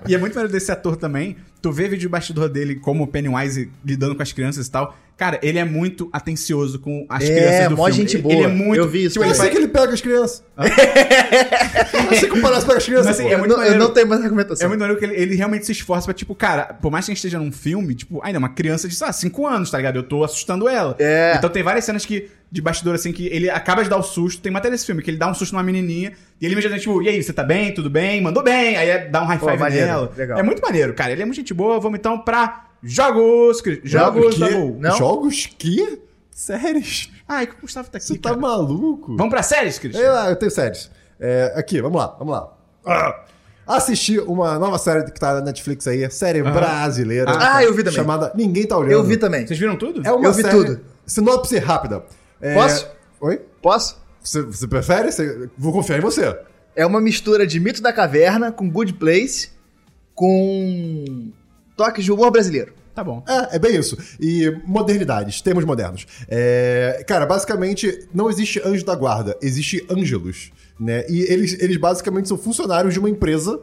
[SPEAKER 1] E é muito maneiro desse ator também. Tu vê vídeo de bastidor dele como o Pennywise lidando com as crianças e tal. Cara, ele é muito atencioso com as
[SPEAKER 4] É,
[SPEAKER 1] crianças do
[SPEAKER 4] mó
[SPEAKER 1] filme.
[SPEAKER 4] gente
[SPEAKER 1] Ele-
[SPEAKER 4] boa.
[SPEAKER 1] Ele é muito...
[SPEAKER 4] Eu vi isso
[SPEAKER 1] tipo,
[SPEAKER 2] Eu
[SPEAKER 1] ele
[SPEAKER 4] também.
[SPEAKER 2] sei
[SPEAKER 1] faz-
[SPEAKER 2] que ele pega as crianças. Eu sei que o palhaço pega
[SPEAKER 1] Mas,
[SPEAKER 2] as crianças.
[SPEAKER 1] assim,
[SPEAKER 2] pô.
[SPEAKER 1] é
[SPEAKER 4] eu,
[SPEAKER 1] muito
[SPEAKER 4] não, eu
[SPEAKER 1] maneiro.
[SPEAKER 4] não tenho mais
[SPEAKER 1] É
[SPEAKER 4] argumentação.
[SPEAKER 1] muito maneiro que ele, ele realmente se esforça pra, tipo, cara, por mais que a gente esteja num filme, tipo, ainda é uma criança de, sei lá, 5 anos, tá ligado? Eu tô assustando ela.
[SPEAKER 4] É.
[SPEAKER 1] Então tem várias cenas que, de bastidor, assim, que ele acaba de dar o susto. Tem matéria desse filme, que ele dá um susto numa menininha e ele imediatamente, tipo, e aí, você tá bem? Tudo bem? Mandou bem? Aí é- dá um high
[SPEAKER 4] Pô,
[SPEAKER 1] five
[SPEAKER 4] maneiro,
[SPEAKER 1] nela.
[SPEAKER 4] legal.
[SPEAKER 1] É muito maneiro, cara. Ele é muito gente boa. Vamos então pra jogos, Cris. Jogos,
[SPEAKER 2] que?
[SPEAKER 1] Dabu.
[SPEAKER 4] um Não?
[SPEAKER 2] Jogos que? Séries?
[SPEAKER 1] Ai, que o Gustavo tá aqui,
[SPEAKER 2] Você tá
[SPEAKER 1] cara.
[SPEAKER 2] maluco?
[SPEAKER 1] Vamos pra séries, Cris?
[SPEAKER 2] Ei lá, eu tenho séries. É, aqui, vamos lá, vamos lá. Ah, Assisti uma nova série que tá na Netflix aí, série brasileira.
[SPEAKER 4] Ah, eu vi também.
[SPEAKER 2] Chamada Ninguém Tá Olhando.
[SPEAKER 4] Eu vi também.
[SPEAKER 1] Vocês viram tudo?
[SPEAKER 2] É uma
[SPEAKER 4] Eu vi
[SPEAKER 2] série-
[SPEAKER 4] tudo.
[SPEAKER 2] Sinopse rápida. É-
[SPEAKER 4] Posso?
[SPEAKER 2] Oi?
[SPEAKER 4] Posso?
[SPEAKER 2] Você, você prefere? Você- Vou confiar em você.
[SPEAKER 4] É uma mistura de Mito da Caverna com Good Place com toques de humor brasileiro.
[SPEAKER 1] Tá bom.
[SPEAKER 2] É, é bem isso. E modernidades, termos modernos. É, cara, basicamente, não existe anjo da guarda, existe ângelos, né? E eles, eles basicamente são funcionários de uma empresa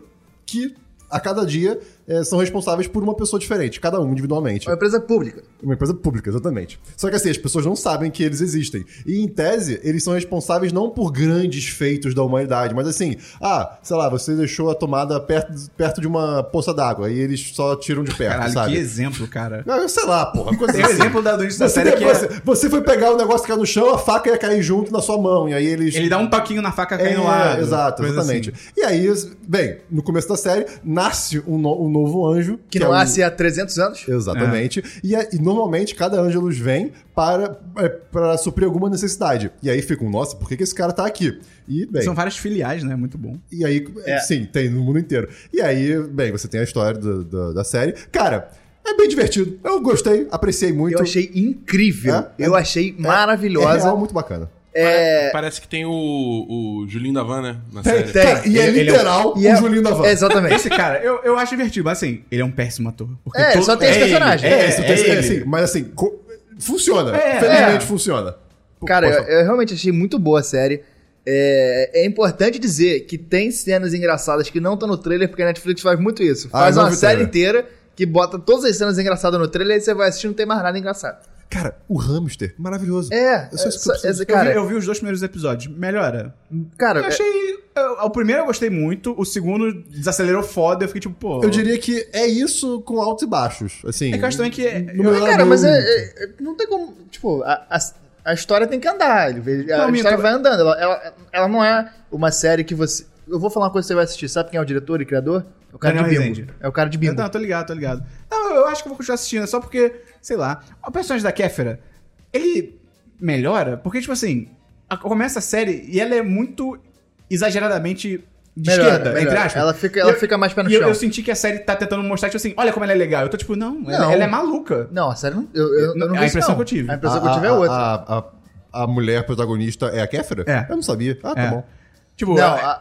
[SPEAKER 2] que, a cada dia, é, são responsáveis por uma pessoa diferente, cada um individualmente.
[SPEAKER 4] É uma empresa pública.
[SPEAKER 2] Uma empresa pública, exatamente. Só que assim, as pessoas não sabem que eles existem. E em tese, eles são responsáveis não por grandes feitos da humanidade, mas assim, ah, sei lá, você deixou a tomada perto, perto de uma poça d'água e eles só tiram de perto,
[SPEAKER 1] Caralho,
[SPEAKER 2] É, sabe?
[SPEAKER 1] que exemplo, cara.
[SPEAKER 2] Ah, eu sei lá, porra. Coisa
[SPEAKER 1] Tem o
[SPEAKER 2] assim.
[SPEAKER 1] exemplo da, do início da
[SPEAKER 2] Você,
[SPEAKER 1] série que
[SPEAKER 2] depois-
[SPEAKER 1] é...
[SPEAKER 2] você foi pegar o negócio que caiu no chão, a faca ia cair junto na sua mão. E aí eles.
[SPEAKER 1] Ele dá um toquinho na faca
[SPEAKER 2] É,
[SPEAKER 1] caindo lá.
[SPEAKER 2] exato, exatamente.
[SPEAKER 1] assim.
[SPEAKER 2] E aí, bem, no começo da série, nasce um, no- um novo anjo.
[SPEAKER 4] Que,
[SPEAKER 2] é
[SPEAKER 4] não
[SPEAKER 2] o-
[SPEAKER 1] assim.
[SPEAKER 4] nasce há 300 anos.
[SPEAKER 2] Exatamente. E, é- e normalmente cada Ângelus vem para, é, para suprir alguma necessidade. E aí ficam, nossa, por que, que esse cara tá aqui? E bem.
[SPEAKER 1] São várias filiais, né? Muito bom.
[SPEAKER 2] E aí,
[SPEAKER 4] É.
[SPEAKER 2] sim, tem no mundo inteiro. E aí, bem, você tem a história do- do- da série. Cara, é bem divertido. Eu gostei, apreciei muito.
[SPEAKER 4] Eu achei incrível.
[SPEAKER 2] É?
[SPEAKER 4] Eu achei
[SPEAKER 2] é
[SPEAKER 4] maravilhosa.
[SPEAKER 2] real, muito bacana.
[SPEAKER 3] É... Parece que tem o, o Julinho da Van, né? Na série.
[SPEAKER 4] tem.
[SPEAKER 2] Cara, e é
[SPEAKER 1] Ele- ele é um-
[SPEAKER 2] literal
[SPEAKER 4] e é-
[SPEAKER 2] o Julinho da Van.
[SPEAKER 4] É, Exatamente.
[SPEAKER 1] Esse cara, eu, eu acho divertido, mas assim, ele é um péssimo ator. Porque
[SPEAKER 4] É,
[SPEAKER 1] todo-
[SPEAKER 4] só tem esse
[SPEAKER 1] ele,
[SPEAKER 4] personagem.
[SPEAKER 1] É,
[SPEAKER 2] É, isso,
[SPEAKER 1] é
[SPEAKER 2] tem- é,
[SPEAKER 1] ele.
[SPEAKER 2] assim, mas assim, co- funciona.
[SPEAKER 1] É,
[SPEAKER 2] Felizmente
[SPEAKER 4] é.
[SPEAKER 2] funciona. P-
[SPEAKER 4] Cara,
[SPEAKER 2] pode
[SPEAKER 4] eu,
[SPEAKER 2] falar.
[SPEAKER 4] eu realmente achei muito boa a série. É, é importante dizer que tem cenas engraçadas que não estão no trailer, porque a Netflix faz muito isso.
[SPEAKER 2] Ah,
[SPEAKER 4] Faz
[SPEAKER 2] eu não
[SPEAKER 4] uma
[SPEAKER 2] vi o
[SPEAKER 4] série
[SPEAKER 2] trailer.
[SPEAKER 4] inteira que bota todas as cenas engraçadas no trailer e você vai assistir e não tem mais nada engraçado.
[SPEAKER 2] Cara, o hamster, maravilhoso.
[SPEAKER 4] É,
[SPEAKER 2] Eu sou isso que
[SPEAKER 4] é,
[SPEAKER 2] eu
[SPEAKER 4] só-
[SPEAKER 2] preciso.
[SPEAKER 4] é,
[SPEAKER 1] Eu vi-
[SPEAKER 4] cara,
[SPEAKER 1] eu vi os dois primeiros episódios. Melhora.
[SPEAKER 4] cara,
[SPEAKER 2] é-
[SPEAKER 1] Eu achei. eu- o primeiro eu gostei muito, o segundo desacelerou foda. Eu fiquei tipo, pô.
[SPEAKER 2] Eu diria que é isso com altos e baixos. Assim,
[SPEAKER 1] É que eu acho também que. é-
[SPEAKER 2] Não
[SPEAKER 1] eu-
[SPEAKER 4] Mas, cara, mas é- é- é- não tem como. Tipo, a, a, a história tem que andar. ele- ele- A,
[SPEAKER 1] Não, Mito,
[SPEAKER 4] história vai andando. Ela, ela, ela não é uma série que você. Eu vou falar uma coisa que você vai assistir. Sabe quem é o diretor e criador? É o cara
[SPEAKER 1] Daniel
[SPEAKER 4] de Bimbo.
[SPEAKER 1] Rezende. Então,
[SPEAKER 4] É o cara de
[SPEAKER 1] eu-
[SPEAKER 4] Bimbo.
[SPEAKER 1] não, tô ligado, tô ligado. Não, eu acho que eu vou continuar assistindo, é só porque, sei lá. O personagem da Kéfera, ele melhora, porque, tipo assim, a- começa a série e ela é muito exageradamente de
[SPEAKER 4] Melhor,
[SPEAKER 1] esquerda,
[SPEAKER 4] melhor.
[SPEAKER 1] entre aspas.
[SPEAKER 4] Ela fica, ela
[SPEAKER 1] E eu-
[SPEAKER 4] fica mais pé no
[SPEAKER 1] E eu,
[SPEAKER 4] chão.
[SPEAKER 1] eu senti que a série tá tentando mostrar, tipo assim, olha como ela é legal. Eu tô tipo, não, Ela,
[SPEAKER 4] Não.
[SPEAKER 1] ela é maluca.
[SPEAKER 4] Não, a série não. Eu, eu, eu não
[SPEAKER 1] A
[SPEAKER 4] vi isso,
[SPEAKER 1] impressão
[SPEAKER 4] não.
[SPEAKER 1] que eu tive.
[SPEAKER 4] A
[SPEAKER 2] Ah,
[SPEAKER 4] impressão que eu tive é outra.
[SPEAKER 2] A, a- a mulher protagonista é a Kéfera?
[SPEAKER 1] É.
[SPEAKER 2] Eu não sabia. Ah, tá
[SPEAKER 1] É.
[SPEAKER 2] bom.
[SPEAKER 1] Tipo,
[SPEAKER 4] não,
[SPEAKER 1] ela,
[SPEAKER 4] a-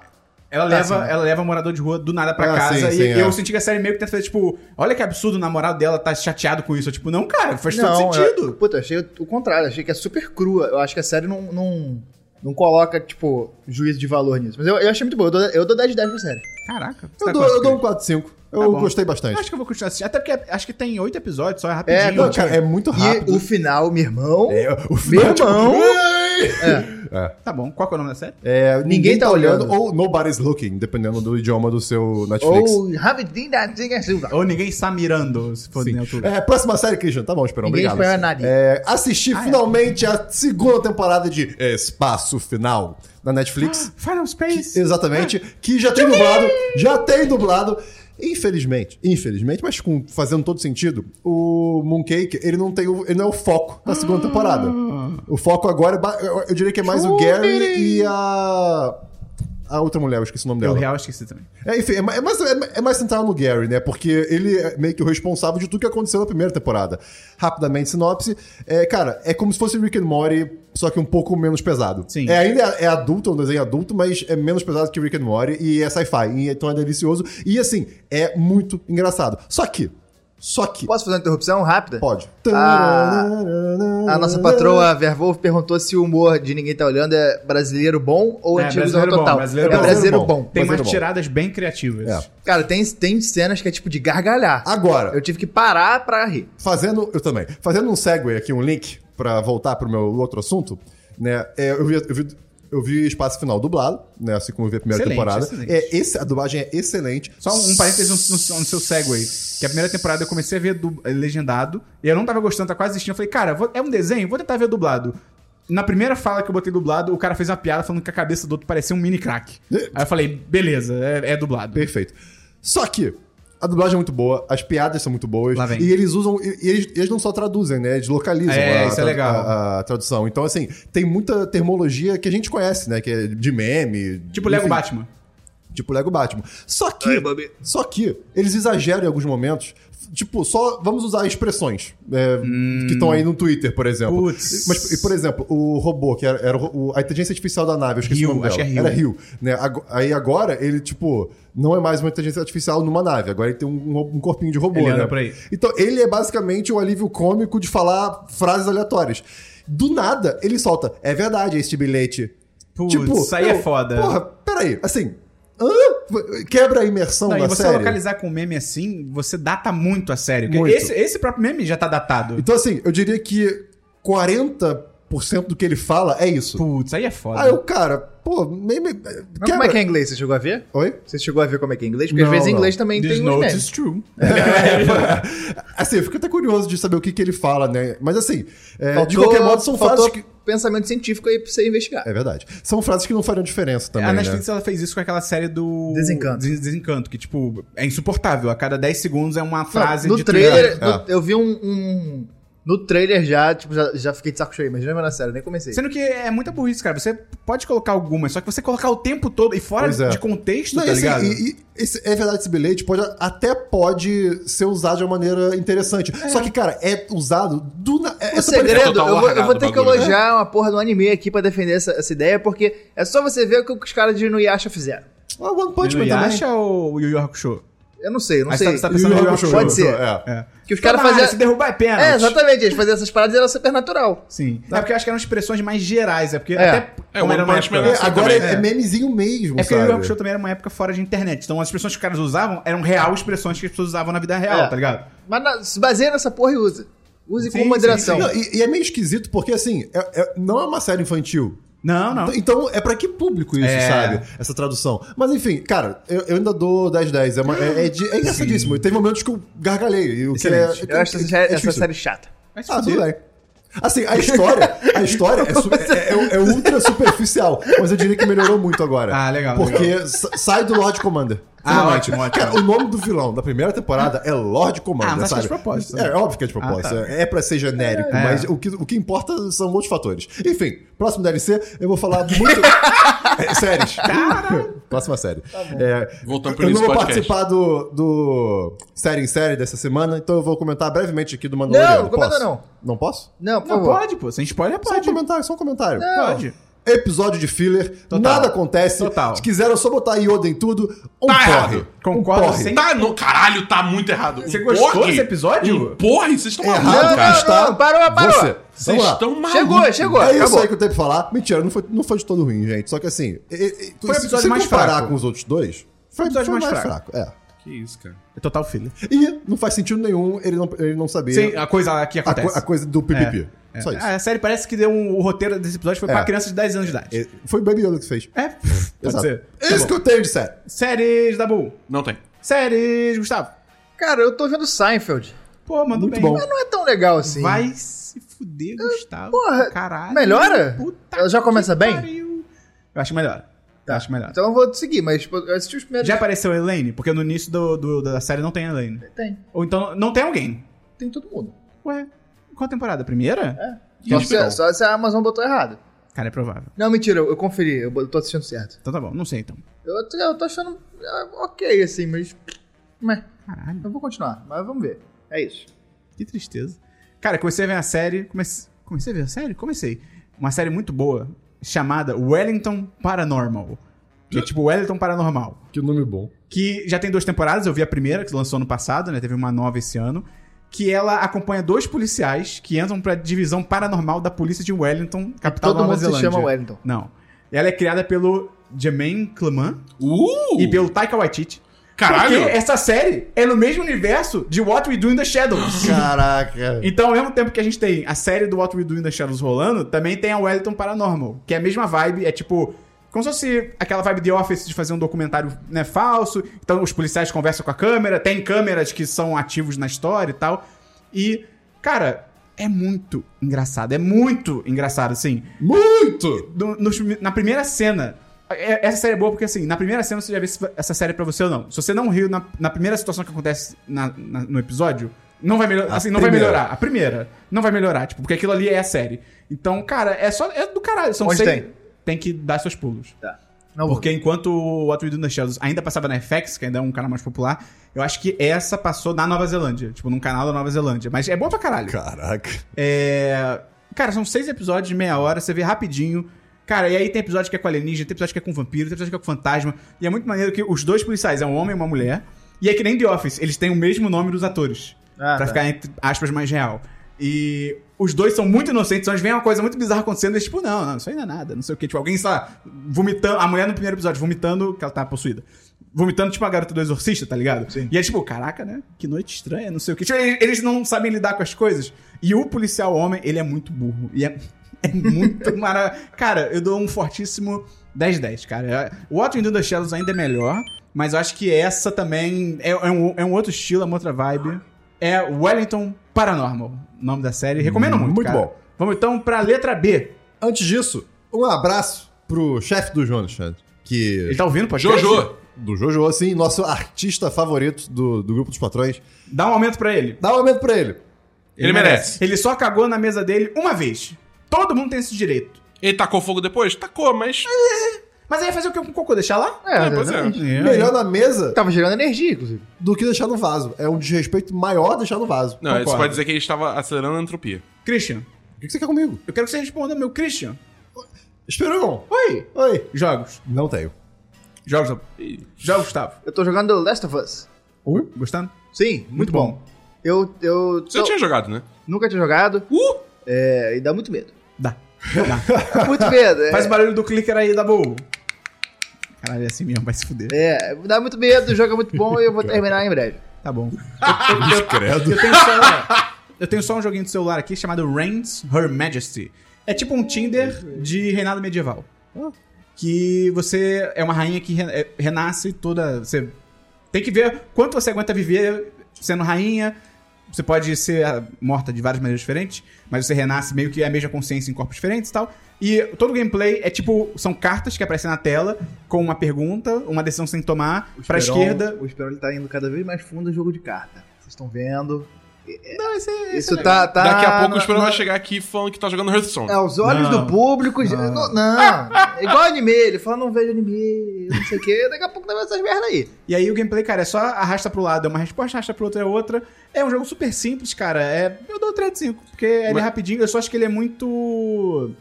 [SPEAKER 1] ela
[SPEAKER 4] tá,
[SPEAKER 1] leva,
[SPEAKER 4] sim.
[SPEAKER 1] ela leva morador de rua do nada pra
[SPEAKER 2] Ah,
[SPEAKER 1] casa
[SPEAKER 2] sim,
[SPEAKER 1] e
[SPEAKER 2] sim, é.
[SPEAKER 1] eu senti que a série meio que tenta fazer, tipo, olha que absurdo, o namorado dela tá chateado com isso. Eu, tipo, não, cara, faz
[SPEAKER 4] não,
[SPEAKER 1] todo
[SPEAKER 4] Eu,
[SPEAKER 1] sentido.
[SPEAKER 4] puta, eu achei o o contrário, achei que é super crua. Eu acho que a série não, não, não coloca, tipo, juízo de valor nisso. Mas eu, eu achei muito boa, eu dou, eu dou 10 de 10 pra série.
[SPEAKER 1] Caraca. você
[SPEAKER 2] Eu,
[SPEAKER 1] tá
[SPEAKER 2] dou,
[SPEAKER 1] quanto,
[SPEAKER 2] eu dou um
[SPEAKER 1] Cris?
[SPEAKER 2] 4, 5. Eu
[SPEAKER 1] Tá bom.
[SPEAKER 2] gostei
[SPEAKER 1] Eu
[SPEAKER 2] bastante.
[SPEAKER 1] acho que eu vou continuar assistindo. Até porque acho que tem oito episódios, só é rapidinho.
[SPEAKER 2] Não, cara, é muito
[SPEAKER 4] E o
[SPEAKER 2] rápido.
[SPEAKER 4] final, meu irmão.
[SPEAKER 2] É, o
[SPEAKER 4] Meu irmão.
[SPEAKER 1] Tá bom, qual que é o nome da série?
[SPEAKER 2] É, ninguém, tá,
[SPEAKER 4] tá
[SPEAKER 2] olhando,
[SPEAKER 4] olhando.
[SPEAKER 2] ou nobody's looking, dependendo do idioma do seu Netflix.
[SPEAKER 4] Ou rapidinho assim, da Tinga Silva.
[SPEAKER 1] Ou Ninguém Está Mirando, se for
[SPEAKER 2] É. Sim.
[SPEAKER 1] dentro.
[SPEAKER 2] É, próxima série, Christian. Tá bom, Esperão.
[SPEAKER 4] Ninguém
[SPEAKER 2] Obrigado.
[SPEAKER 4] espera nada.
[SPEAKER 2] É, assisti
[SPEAKER 1] Ah, é.
[SPEAKER 2] finalmente a segunda temporada de Espaço Final na Netflix.
[SPEAKER 1] Final Space.
[SPEAKER 2] Exatamente. Que já tem dublado. Já tem dublado. Infelizmente, infelizmente, mas com- fazendo todo sentido, o Mooncake, ele não tem o, ele não é o foco da segunda temporada. O foco agora, é ba- eu, eu diria que é mais o Gary e a... a outra mulher, eu esqueci o nome
[SPEAKER 1] Eu
[SPEAKER 2] dela.
[SPEAKER 1] real esqueci também.
[SPEAKER 2] É, enfim, é ma- é mais, é ma- é mais central no Gary, né? Porque ele é meio que o responsável de tudo que aconteceu na primeira temporada. Rapidamente, sinopse. É, cara, é como se fosse Rick and Morty, só que um pouco menos pesado.
[SPEAKER 1] Sim.
[SPEAKER 2] É, ainda é, é adulto, é um desenho adulto, mas é menos pesado que Rick and Morty e é sci-fi. e Então é delicioso. E assim, é muito engraçado. Só que. Só que.
[SPEAKER 4] Posso fazer uma interrupção rápida?
[SPEAKER 2] Pode.
[SPEAKER 4] A- Ah, A nossa patroa Vervolvo perguntou se o humor de Ninguém Tá Olhando é brasileiro bom ou
[SPEAKER 1] É,
[SPEAKER 4] antigo
[SPEAKER 1] brasileiro
[SPEAKER 4] Zorro
[SPEAKER 1] bom,
[SPEAKER 4] total.
[SPEAKER 1] brasileiro
[SPEAKER 4] é
[SPEAKER 1] bom.
[SPEAKER 4] brasileiro bom.
[SPEAKER 1] Tem
[SPEAKER 2] Mas
[SPEAKER 1] umas
[SPEAKER 2] era bom.
[SPEAKER 1] tiradas bem criativas.
[SPEAKER 2] É.
[SPEAKER 4] Cara, tem, tem cenas que é tipo de gargalhar.
[SPEAKER 2] Agora.
[SPEAKER 4] Eu tive que parar pra rir.
[SPEAKER 2] Fazendo, eu também. Fazendo um segue aqui, um link, pra voltar pro meu outro assunto, né? é, eu, vi, eu, vi, eu vi Espaço Final dublado, né? Assim como eu vi a primeira
[SPEAKER 1] Excelente,
[SPEAKER 2] temporada.
[SPEAKER 1] excelente.
[SPEAKER 2] É, esse, a dublagem é excelente.
[SPEAKER 1] Só um, um parênteses no, no- no seu segue Que a primeira temporada eu comecei a ver du- eh, legendado. E eu não tava gostando, tava quase assistindo. Eu falei, cara, vou- é um desenho? Vou tentar ver dublado. Na primeira fala que eu botei dublado, o cara fez uma piada falando que a cabeça do outro parecia um mini crack. Aí eu falei, beleza, é, é dublado.
[SPEAKER 2] Perfeito. Só que a dublagem é muito boa, as piadas são muito boas.
[SPEAKER 1] Lá vem.
[SPEAKER 2] E eles usam. E e eles, eles não só traduzem, né? Eles localizam
[SPEAKER 1] É,
[SPEAKER 2] a,
[SPEAKER 1] isso é legal.
[SPEAKER 2] a- a tradução. Então, assim, tem muita termologia que a gente conhece, né? Que é de meme.
[SPEAKER 1] Tipo Lego
[SPEAKER 2] enfim,
[SPEAKER 1] Batman.
[SPEAKER 2] Tipo Lego Batman. Só que. só que eles exageram em alguns momentos. Tipo, só vamos usar expressões é, que estão aí no Twitter, por exemplo.
[SPEAKER 1] Putz.
[SPEAKER 2] Mas, e, por exemplo, o robô, que era, era o- o- a inteligência artificial da nave, eu esqueci
[SPEAKER 1] Rio,
[SPEAKER 2] o nome
[SPEAKER 1] acho
[SPEAKER 2] dela.
[SPEAKER 1] que é Rio.
[SPEAKER 2] Era Rio. né? Ago- Aí agora ele, tipo, não é mais uma inteligência artificial numa nave. Agora ele tem um, um corpinho de robô,
[SPEAKER 1] Ele
[SPEAKER 2] né?
[SPEAKER 1] anda por aí.
[SPEAKER 2] Então, ele é basicamente o alívio cômico de falar frases aleatórias. Do nada, ele solta, é verdade este bilhete.
[SPEAKER 1] Putz,
[SPEAKER 2] Tipo,
[SPEAKER 1] isso aí é foda.
[SPEAKER 2] Porra, peraí, assim. hã? Quebra a imersão
[SPEAKER 1] Não,
[SPEAKER 2] da
[SPEAKER 1] e você
[SPEAKER 2] série.
[SPEAKER 1] localizar com um meme assim, você data muito a sério. Porque
[SPEAKER 2] Muito.
[SPEAKER 1] Esse, esse próprio meme já tá datado.
[SPEAKER 2] Então, assim, eu diria que 40% do que ele fala é isso.
[SPEAKER 1] Putz, aí é foda.
[SPEAKER 2] Aí o cara, pô, nem me.
[SPEAKER 4] Mas como é que é em inglês? Você chegou a ver?
[SPEAKER 2] Oi?
[SPEAKER 4] Você chegou a ver como é que é em inglês? Porque
[SPEAKER 2] Não,
[SPEAKER 4] às vezes em
[SPEAKER 2] não.
[SPEAKER 4] inglês também
[SPEAKER 1] This
[SPEAKER 2] um
[SPEAKER 4] tem um uns
[SPEAKER 1] note
[SPEAKER 4] memes.
[SPEAKER 1] is true. É.
[SPEAKER 2] assim, eu fico até curioso de saber o que, que ele fala, né? Mas assim, é, de
[SPEAKER 4] Faltou-
[SPEAKER 2] qualquer modo, são
[SPEAKER 4] faltou
[SPEAKER 2] frases que.
[SPEAKER 4] pensamento científico aí pra você investigar.
[SPEAKER 2] É verdade. São frases que não fariam diferença também.
[SPEAKER 1] É, a
[SPEAKER 2] né?
[SPEAKER 1] Netflix ela fez isso com aquela série do
[SPEAKER 4] Desencanto.
[SPEAKER 1] Des- Desencanto, que tipo, é insuportável, a cada 10 segundos é uma frase
[SPEAKER 4] no
[SPEAKER 1] de
[SPEAKER 4] trailer,
[SPEAKER 2] trailer.
[SPEAKER 4] no- eu vi um, um- No trailer já, tipo, já, já fiquei de saco cheio, mas não é na série, nem comecei.
[SPEAKER 1] Sendo que é muita burrice, cara. Você pode colocar algumas, só que você colocar o tempo todo e fora
[SPEAKER 2] Pois é.
[SPEAKER 1] de contexto,
[SPEAKER 2] Não,
[SPEAKER 1] tá
[SPEAKER 2] e assim,
[SPEAKER 1] ligado?
[SPEAKER 2] e- e esse- é verdade, esse bilhete pode, até pode ser usado de uma maneira interessante. Só que, cara, é usado do. na- É,
[SPEAKER 4] O
[SPEAKER 2] essa parece-
[SPEAKER 4] segredo,
[SPEAKER 3] total
[SPEAKER 4] eu vou, eu
[SPEAKER 3] largado
[SPEAKER 4] vou ter
[SPEAKER 3] o
[SPEAKER 4] que
[SPEAKER 3] bagulho.
[SPEAKER 4] elogiar uma porra do anime aqui pra defender essa, essa ideia, porque é só você ver o que os caras de Inuyasha fizeram.
[SPEAKER 2] Ah, One Punch Man
[SPEAKER 1] e
[SPEAKER 2] também.
[SPEAKER 1] acha ou o Yu Yu Hakusho?
[SPEAKER 4] Eu não sei, eu não
[SPEAKER 1] Aí
[SPEAKER 4] sei.
[SPEAKER 1] você tá- você tá
[SPEAKER 2] E o
[SPEAKER 1] Yu Yu
[SPEAKER 2] Hakusho,
[SPEAKER 4] Pode ser.
[SPEAKER 2] É.
[SPEAKER 1] É.
[SPEAKER 4] Que os caras
[SPEAKER 1] Tomara,
[SPEAKER 4] faziam.
[SPEAKER 1] Se derrubar é pênalti.
[SPEAKER 4] É, exatamente, eles faziam essas paradas e era supernatural.
[SPEAKER 1] Sim. É porque eu acho que eram expressões mais gerais. É porque
[SPEAKER 4] É.
[SPEAKER 1] até.
[SPEAKER 3] É,
[SPEAKER 1] como
[SPEAKER 3] o
[SPEAKER 1] era uma
[SPEAKER 3] One Punch Man
[SPEAKER 1] época-
[SPEAKER 3] era assim
[SPEAKER 2] Agora é,
[SPEAKER 3] também.
[SPEAKER 2] é memezinho mesmo,
[SPEAKER 1] É porque o Yu Yu
[SPEAKER 2] sabe?
[SPEAKER 1] Hakusho também era uma época fora de internet. Então as expressões que os caras usavam eram real expressões que as pessoas usavam na vida real,
[SPEAKER 4] É.
[SPEAKER 1] tá ligado?
[SPEAKER 4] Mas na- se baseia nessa porra e usa. Use
[SPEAKER 1] Sim,
[SPEAKER 4] com moderação.
[SPEAKER 2] Não, e, e é meio esquisito porque, assim, é- é- não é uma série infantil.
[SPEAKER 1] Não, não.
[SPEAKER 2] Então- Então, é pra que público isso,
[SPEAKER 1] É.
[SPEAKER 2] sabe? Essa tradução. Mas, enfim, cara, eu, eu ainda dou 10-10. É, uma- é, é de- é engraçadíssimo. Teve momentos que eu gargalhei. e o que é-
[SPEAKER 1] Excelente.
[SPEAKER 2] é-
[SPEAKER 4] Eu acho
[SPEAKER 2] é- é
[SPEAKER 4] essa, série- essa
[SPEAKER 2] difícil.
[SPEAKER 4] série chata.
[SPEAKER 1] Mas
[SPEAKER 2] Ah,
[SPEAKER 1] fuder.
[SPEAKER 2] tudo bem. Assim, a história, a história é, su- é- é- é ultra superficial, mas eu diria que melhorou muito agora.
[SPEAKER 1] Ah, legal,
[SPEAKER 2] Porque sa- sai do Lord Commander.
[SPEAKER 1] Ah,
[SPEAKER 2] finalmente.
[SPEAKER 1] ótimo, ótimo.
[SPEAKER 2] Cara, o nome do vilão da primeira temporada é Lord Commander,
[SPEAKER 1] Ah, mas acho
[SPEAKER 2] sabe?
[SPEAKER 1] que é de propósito, né?
[SPEAKER 2] É, óbvio que é de propósito. É é pra ser genérico,
[SPEAKER 1] É.
[SPEAKER 2] mas o que, o que importa são outros fatores. Enfim, próximo DLC, eu vou falar muito... é, séries. Próxima série.
[SPEAKER 1] Tá
[SPEAKER 2] É,
[SPEAKER 3] Voltando pro
[SPEAKER 2] eu não
[SPEAKER 3] início
[SPEAKER 2] vou
[SPEAKER 3] do podcast.
[SPEAKER 2] participar do, do série em série dessa semana, então eu vou comentar brevemente aqui do Mandaloriano.
[SPEAKER 4] Não, não comenta
[SPEAKER 2] Posso?
[SPEAKER 4] não.
[SPEAKER 2] Não posso?
[SPEAKER 4] Não, por
[SPEAKER 1] Não,
[SPEAKER 4] favor.
[SPEAKER 1] pode, pô. Sem spoiler,
[SPEAKER 2] Só um
[SPEAKER 1] pode.
[SPEAKER 2] comentário, só um comentário.
[SPEAKER 1] Pode.
[SPEAKER 2] Episódio de filler,
[SPEAKER 1] Total.
[SPEAKER 2] nada acontece.
[SPEAKER 1] Total.
[SPEAKER 2] Se quiseram só botar Yoda em tudo, um
[SPEAKER 3] Tá
[SPEAKER 2] porre.
[SPEAKER 3] errado.
[SPEAKER 1] Concordo
[SPEAKER 2] um porre.
[SPEAKER 1] sem-
[SPEAKER 3] Tá, no, caralho, tá muito errado.
[SPEAKER 1] Você gostou desse episódio?
[SPEAKER 3] Um porre? Vocês estão
[SPEAKER 2] É
[SPEAKER 3] malucos,
[SPEAKER 2] errado,
[SPEAKER 4] não,
[SPEAKER 3] cara.
[SPEAKER 2] cara.
[SPEAKER 4] não,
[SPEAKER 2] Está
[SPEAKER 4] não, parou, parou.
[SPEAKER 2] Você.
[SPEAKER 3] Vocês
[SPEAKER 2] Vamos lá.
[SPEAKER 3] estão malucos.
[SPEAKER 4] Chegou, chegou.
[SPEAKER 2] É isso
[SPEAKER 4] acabou.
[SPEAKER 2] aí que eu tenho pra falar. Mentira, não foi, não foi de todo ruim, gente. Só que assim, e- e-
[SPEAKER 1] Foi o
[SPEAKER 2] se
[SPEAKER 1] episódio
[SPEAKER 2] você
[SPEAKER 1] mais
[SPEAKER 2] comparar
[SPEAKER 1] fraco.
[SPEAKER 2] com os outros dois, foi o
[SPEAKER 1] episódio
[SPEAKER 2] episódio
[SPEAKER 1] mais
[SPEAKER 2] mais,
[SPEAKER 1] fraco.
[SPEAKER 2] fraco.
[SPEAKER 3] Que isso, cara.
[SPEAKER 1] É total filho.
[SPEAKER 2] É. E não faz sentido nenhum ele não, ele não saber
[SPEAKER 1] Sim, a coisa aqui
[SPEAKER 2] a, co-
[SPEAKER 1] acontece.
[SPEAKER 2] a coisa do PPP.
[SPEAKER 1] É.
[SPEAKER 2] Só isso.
[SPEAKER 1] A série parece que deu um, o roteiro desse episódio foi pra
[SPEAKER 2] É.
[SPEAKER 1] crianças de 10 anos de idade.
[SPEAKER 2] É, Foi o Baby Yoda que fez.
[SPEAKER 1] É, pode
[SPEAKER 2] Exato. É
[SPEAKER 1] ser. Tá
[SPEAKER 2] Isso
[SPEAKER 1] bom.
[SPEAKER 2] que eu tenho de sério.
[SPEAKER 1] Séries, Dabu.
[SPEAKER 3] Não tem.
[SPEAKER 1] Séries, Gustavo.
[SPEAKER 4] Cara, eu tô vendo Seinfeld.
[SPEAKER 1] Pô, mandou
[SPEAKER 2] Muito
[SPEAKER 1] bem.
[SPEAKER 2] bom.
[SPEAKER 1] Mas
[SPEAKER 4] Não é tão legal assim.
[SPEAKER 1] Vai se fuder, Gustavo.
[SPEAKER 4] porra,
[SPEAKER 1] Caralho.
[SPEAKER 4] melhora?
[SPEAKER 1] Puta
[SPEAKER 4] Ela já
[SPEAKER 1] que
[SPEAKER 4] começa bem?
[SPEAKER 1] pariu. Eu acho melhor. Eu acho melhor.
[SPEAKER 4] Então eu vou seguir, mas tipo, eu assisti os primeiros.
[SPEAKER 1] Já apareceu a Elaine? Porque no início do- do- da série não tem a Elaine.
[SPEAKER 4] Tem,
[SPEAKER 1] Ou então não tem alguém.
[SPEAKER 4] tem todo mundo.
[SPEAKER 1] Ué, qual temporada? Primeira?
[SPEAKER 4] É. Só se,
[SPEAKER 3] legal.
[SPEAKER 4] só se a Amazon botou errado.
[SPEAKER 1] Cara, é provável.
[SPEAKER 4] Não, mentira, eu, eu conferi, eu bo- tô assistindo certo.
[SPEAKER 1] Então tá bom, não sei então.
[SPEAKER 4] Eu, eu tô achando ah, ok, assim, mas. Meh,
[SPEAKER 1] Caralho,
[SPEAKER 4] eu vou continuar, mas vamos ver. É isso.
[SPEAKER 1] que tristeza. Cara, comecei a ver a série. Comecei, comecei a ver a série? Comecei. Uma série muito boa chamada Wellington Paranormal. Que é tipo Wellington Paranormal.
[SPEAKER 2] Que nome bom.
[SPEAKER 1] que já tem duas temporadas, eu vi a primeira, que lançou ano passado, né? Teve uma nova esse ano. Que ela acompanha dois policiais que entram pra divisão paranormal da polícia de Wellington, capital
[SPEAKER 4] Todo
[SPEAKER 1] da Nova
[SPEAKER 4] mundo se
[SPEAKER 1] Zelândia.
[SPEAKER 4] chama Wellington.
[SPEAKER 1] Não. Ela é criada pelo Jermaine Clement
[SPEAKER 3] Uh!
[SPEAKER 1] e pelo Taika Waititi.
[SPEAKER 3] Caralho!
[SPEAKER 1] Porque essa série é no mesmo universo de What We Do in the Shadows.
[SPEAKER 2] Caraca.
[SPEAKER 1] Então, ao mesmo tempo que a gente tem a série do What We Do in the Shadows rolando, também tem a Wellington Paranormal, que é a mesma vibe, é tipo. Como se fosse aquela vibe de Office de fazer um documentário né, falso. Então os policiais conversam com a câmera, tem câmeras que são ativos na história e tal. E, cara, é muito engraçado. É muito engraçado, assim.
[SPEAKER 2] Muito!
[SPEAKER 1] No- nos prime- na primeira cena. é- Essa série é boa porque, assim, na primeira cena você já vê se essa série é pra você ou não. Se você não riu na, na primeira situação que acontece na- na- no episódio, não vai melhorar.
[SPEAKER 2] A
[SPEAKER 1] Assim, não vai
[SPEAKER 2] primeira.
[SPEAKER 1] melhorar. A primeira. Não vai melhorar, tipo, porque aquilo ali é a série. Então, cara, é só. É do caralho. São
[SPEAKER 4] Onde
[SPEAKER 1] seis.
[SPEAKER 4] tem? Tá
[SPEAKER 1] Tem que dar seus pulos.
[SPEAKER 4] Não vou.
[SPEAKER 1] Porque enquanto o What We Do in the Shadows ainda passava na FX, que ainda é um canal mais popular, eu acho que essa passou na Nova Zelândia. Tipo, num canal da Nova Zelândia. Mas é bom pra caralho.
[SPEAKER 2] Caraca.
[SPEAKER 1] É. Cara, são seis episódios de meia hora, você vê rapidinho. Cara, e aí tem episódio que é com alienígena, tem episódio que é com vampiro, tem episódio que é com fantasma. E é muito maneiro que os dois policiais, é um homem e uma mulher. E é que nem The Office, eles têm o mesmo nome dos atores. pra
[SPEAKER 4] Ah, tá.
[SPEAKER 1] ficar, entre aspas, mais real. E os dois são muito inocentes, então eles veem uma coisa muito bizarra acontecendo, eles tipo, não, não, isso aí não é nada, não sei o quê. Tipo, alguém, sei lá, vomitando, a mulher no primeiro episódio, vomitando, que ela tá possuída. Vomitando, tipo, a garota do exorcista, tá ligado?
[SPEAKER 4] Sim.
[SPEAKER 1] E é tipo, caraca, né? Que noite estranha, não sei o quê. Tipo, eles, eles não sabem lidar com as coisas. E o policial homem, ele é muito burro. E é, é muito maravilhoso. Cara, eu dou um fortíssimo 10-10, cara. O What We Do in the Shadows ainda é melhor, mas eu acho que essa também é, é um, é um outro estilo, é uma outra vibe. É Wellington Paranormal, o nome da série. Recomendo muito,
[SPEAKER 2] Hum, Muito
[SPEAKER 1] cara.
[SPEAKER 2] bom.
[SPEAKER 1] Vamos então pra letra B.
[SPEAKER 2] Antes disso, um abraço pro chefe do Jonas, Alexandre,
[SPEAKER 1] Ele
[SPEAKER 2] que...
[SPEAKER 1] tá ouvindo, pode
[SPEAKER 3] Jojo!
[SPEAKER 2] Do Jojo, assim, nosso artista favorito do, do Grupo dos Patrões.
[SPEAKER 1] Dá um aumento pra ele.
[SPEAKER 2] Dá um aumento pra ele.
[SPEAKER 3] Ele merece.
[SPEAKER 1] Ele só cagou na mesa dele uma vez. Todo mundo tem esse direito.
[SPEAKER 3] Ele tacou fogo depois? Tacou, mas.
[SPEAKER 1] Mas aí vai fazer o que com o cocô? Deixar lá?
[SPEAKER 4] É,
[SPEAKER 3] pois é.
[SPEAKER 4] exatamente.
[SPEAKER 2] Melhor na mesa
[SPEAKER 4] Tava gerando energia, inclusive.
[SPEAKER 2] do que deixar no vaso. É um desrespeito maior deixar no vaso.
[SPEAKER 3] Não,
[SPEAKER 1] Concordo.
[SPEAKER 3] isso pode dizer que ele estava acelerando a entropia.
[SPEAKER 1] Christian,
[SPEAKER 2] O que que você quer comigo?
[SPEAKER 1] eu quero que você responda, meu Christian.
[SPEAKER 2] Esperão.
[SPEAKER 1] Oi.
[SPEAKER 2] Oi.
[SPEAKER 1] Jogos.
[SPEAKER 2] Não tenho.
[SPEAKER 1] Jogos. Jogos, Gustavo.
[SPEAKER 4] Eu tô jogando Last of Us.
[SPEAKER 2] Oi?
[SPEAKER 1] Gostando?
[SPEAKER 4] Sim, muito, bom. Eu. eu
[SPEAKER 3] Você
[SPEAKER 4] eu-
[SPEAKER 3] tinha jogado, né?
[SPEAKER 4] Nunca tinha jogado.
[SPEAKER 3] Uh!
[SPEAKER 4] É, e dá muito medo.
[SPEAKER 1] Dá.
[SPEAKER 4] Dá muito medo. É,
[SPEAKER 1] Faz o barulho do clicker aí, da boa. Caralho, é assim mesmo, vai se fuder.
[SPEAKER 4] é, dá muito medo, o jogo é muito bom e eu vou terminar em breve.
[SPEAKER 1] Tá bom.
[SPEAKER 2] Credo.
[SPEAKER 1] Eu tenho só, eu tenho só um joguinho de celular aqui chamado Reigns Her Majesty. É tipo um Tinder de reinado medieval. Que você é uma rainha que re- é- renasce toda. Você tem que ver quanto você aguenta viver sendo rainha. Você pode ser ah, morta de várias maneiras diferentes, mas você renasce meio que a mesma consciência em corpos diferentes e tal. E todo o gameplay é tipo. São cartas que aparecem na tela com uma pergunta, uma decisão sem tomar, pra
[SPEAKER 4] Esperon-
[SPEAKER 1] esquerda.
[SPEAKER 4] O Esperon ele tá indo cada vez mais fundo no jogo de carta. Vocês estão vendo.
[SPEAKER 1] Não, isso é.
[SPEAKER 4] Isso tá, tá.
[SPEAKER 3] Daqui a pouco o
[SPEAKER 4] na-
[SPEAKER 3] Esperão vai chegar aqui falando que tá jogando Hearthstone.
[SPEAKER 4] É, os olhos
[SPEAKER 1] Não.
[SPEAKER 4] do público. já- Não. não. É igual anime, ele fala, não vejo anime, não sei o quê. Daqui a pouco tá vendo essas merda aí.
[SPEAKER 1] E aí o gameplay, cara, é só arrasta pro lado, é uma resposta, arrasta pro outro, é outra. É um jogo super simples, cara. É, eu dou 3 de 5, porque ele é
[SPEAKER 3] Mas-
[SPEAKER 1] rapidinho. Eu só acho que ele é muito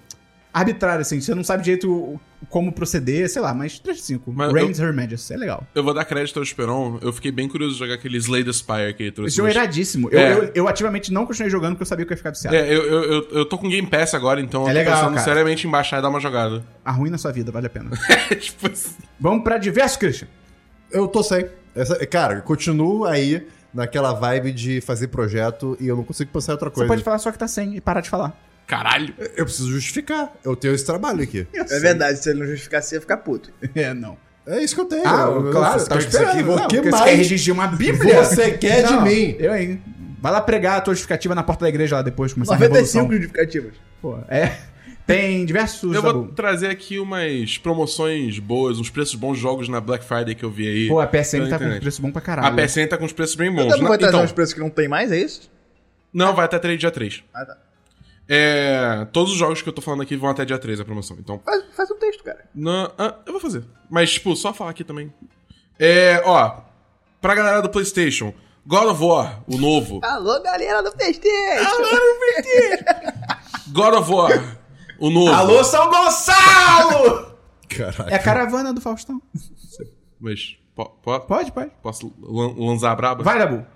[SPEAKER 1] arbitrário, assim. Você não sabe direito o- como proceder, sei lá, mas 3 de 5.
[SPEAKER 3] Mas
[SPEAKER 1] Reigns Her Majesty, é legal.
[SPEAKER 3] Eu vou dar crédito ao Esperon. Eu fiquei bem curioso de jogar aquele Slay the Spire que ele trouxe.
[SPEAKER 1] Esse jogo é
[SPEAKER 3] mas-
[SPEAKER 1] iradíssimo. Eu,
[SPEAKER 3] É.
[SPEAKER 1] eu, eu ativamente não continuei jogando porque eu sabia que eu ia ficar viciado.
[SPEAKER 3] É, eu, eu, eu, eu tô com Game Pass agora, então
[SPEAKER 1] É
[SPEAKER 3] eu tô
[SPEAKER 1] legal,
[SPEAKER 3] pensando
[SPEAKER 1] cara.
[SPEAKER 3] seriamente em baixar e dar uma jogada.
[SPEAKER 1] Arruina a Tá sua vida, vale a pena.
[SPEAKER 3] tipo, assim.
[SPEAKER 1] Vamos pra diversos, Christian.
[SPEAKER 2] Eu tô sem. Essa, cara, eu continuo aí naquela vibe de fazer projeto e eu não consigo pensar em outra
[SPEAKER 1] Você
[SPEAKER 2] coisa.
[SPEAKER 1] pode falar só que tá sem e parar de falar.
[SPEAKER 3] caralho.
[SPEAKER 2] Eu preciso justificar. Eu tenho esse trabalho aqui.
[SPEAKER 1] sei.
[SPEAKER 4] É verdade, se ele não justificar, você ia ficar puto.
[SPEAKER 1] É, não.
[SPEAKER 2] É isso que eu tenho.
[SPEAKER 1] Ah, claro,
[SPEAKER 2] eu, eu,
[SPEAKER 1] tava
[SPEAKER 2] tá, isso aqui,
[SPEAKER 1] esperando.
[SPEAKER 2] vou-
[SPEAKER 1] Não,
[SPEAKER 2] que
[SPEAKER 1] porque Você
[SPEAKER 2] mais?
[SPEAKER 1] quer redigir uma bíblia?
[SPEAKER 2] Você quer de mim?
[SPEAKER 1] Eu, hein? Vai lá pregar a tua justificativa na porta da igreja lá depois,
[SPEAKER 4] é
[SPEAKER 1] começar a revolução.
[SPEAKER 4] 95 justificativas.
[SPEAKER 1] Pô, é. Tem diversos.
[SPEAKER 3] Eu vou
[SPEAKER 1] Dabu.
[SPEAKER 3] trazer aqui umas promoções boas, uns preços bons de jogos na Black Friday que eu vi aí.
[SPEAKER 1] Pô, a PSN tá
[SPEAKER 3] pela
[SPEAKER 1] com um
[SPEAKER 3] internet.
[SPEAKER 1] preço bom pra
[SPEAKER 3] A
[SPEAKER 1] caralho.
[SPEAKER 3] PSN tá com uns preços bem bons.
[SPEAKER 4] Então, não vai
[SPEAKER 3] Na-
[SPEAKER 4] trazer
[SPEAKER 3] então,
[SPEAKER 4] uns preços que não tem mais, é isso?
[SPEAKER 3] não, vai até 3 dia 3.
[SPEAKER 4] Ah, tá.
[SPEAKER 3] É, todos os jogos que eu tô falando aqui vão até dia 3 a promoção. Então,
[SPEAKER 4] Faz, faz um texto, cara.
[SPEAKER 3] Não, ah, eu vou fazer. Mas, tipo, só falar aqui também. É, ó. Pra galera do PlayStation, God of War, o novo.
[SPEAKER 4] Alô, galera do PlayStation!
[SPEAKER 3] God of War, o novo.
[SPEAKER 1] Alô, São Gonçalo!
[SPEAKER 2] Caraca.
[SPEAKER 1] É a caravana do Faustão.
[SPEAKER 3] Mas, po, po-
[SPEAKER 1] Pode, pode.
[SPEAKER 3] posso lan- lançar a braba?
[SPEAKER 1] Vai, Dabu.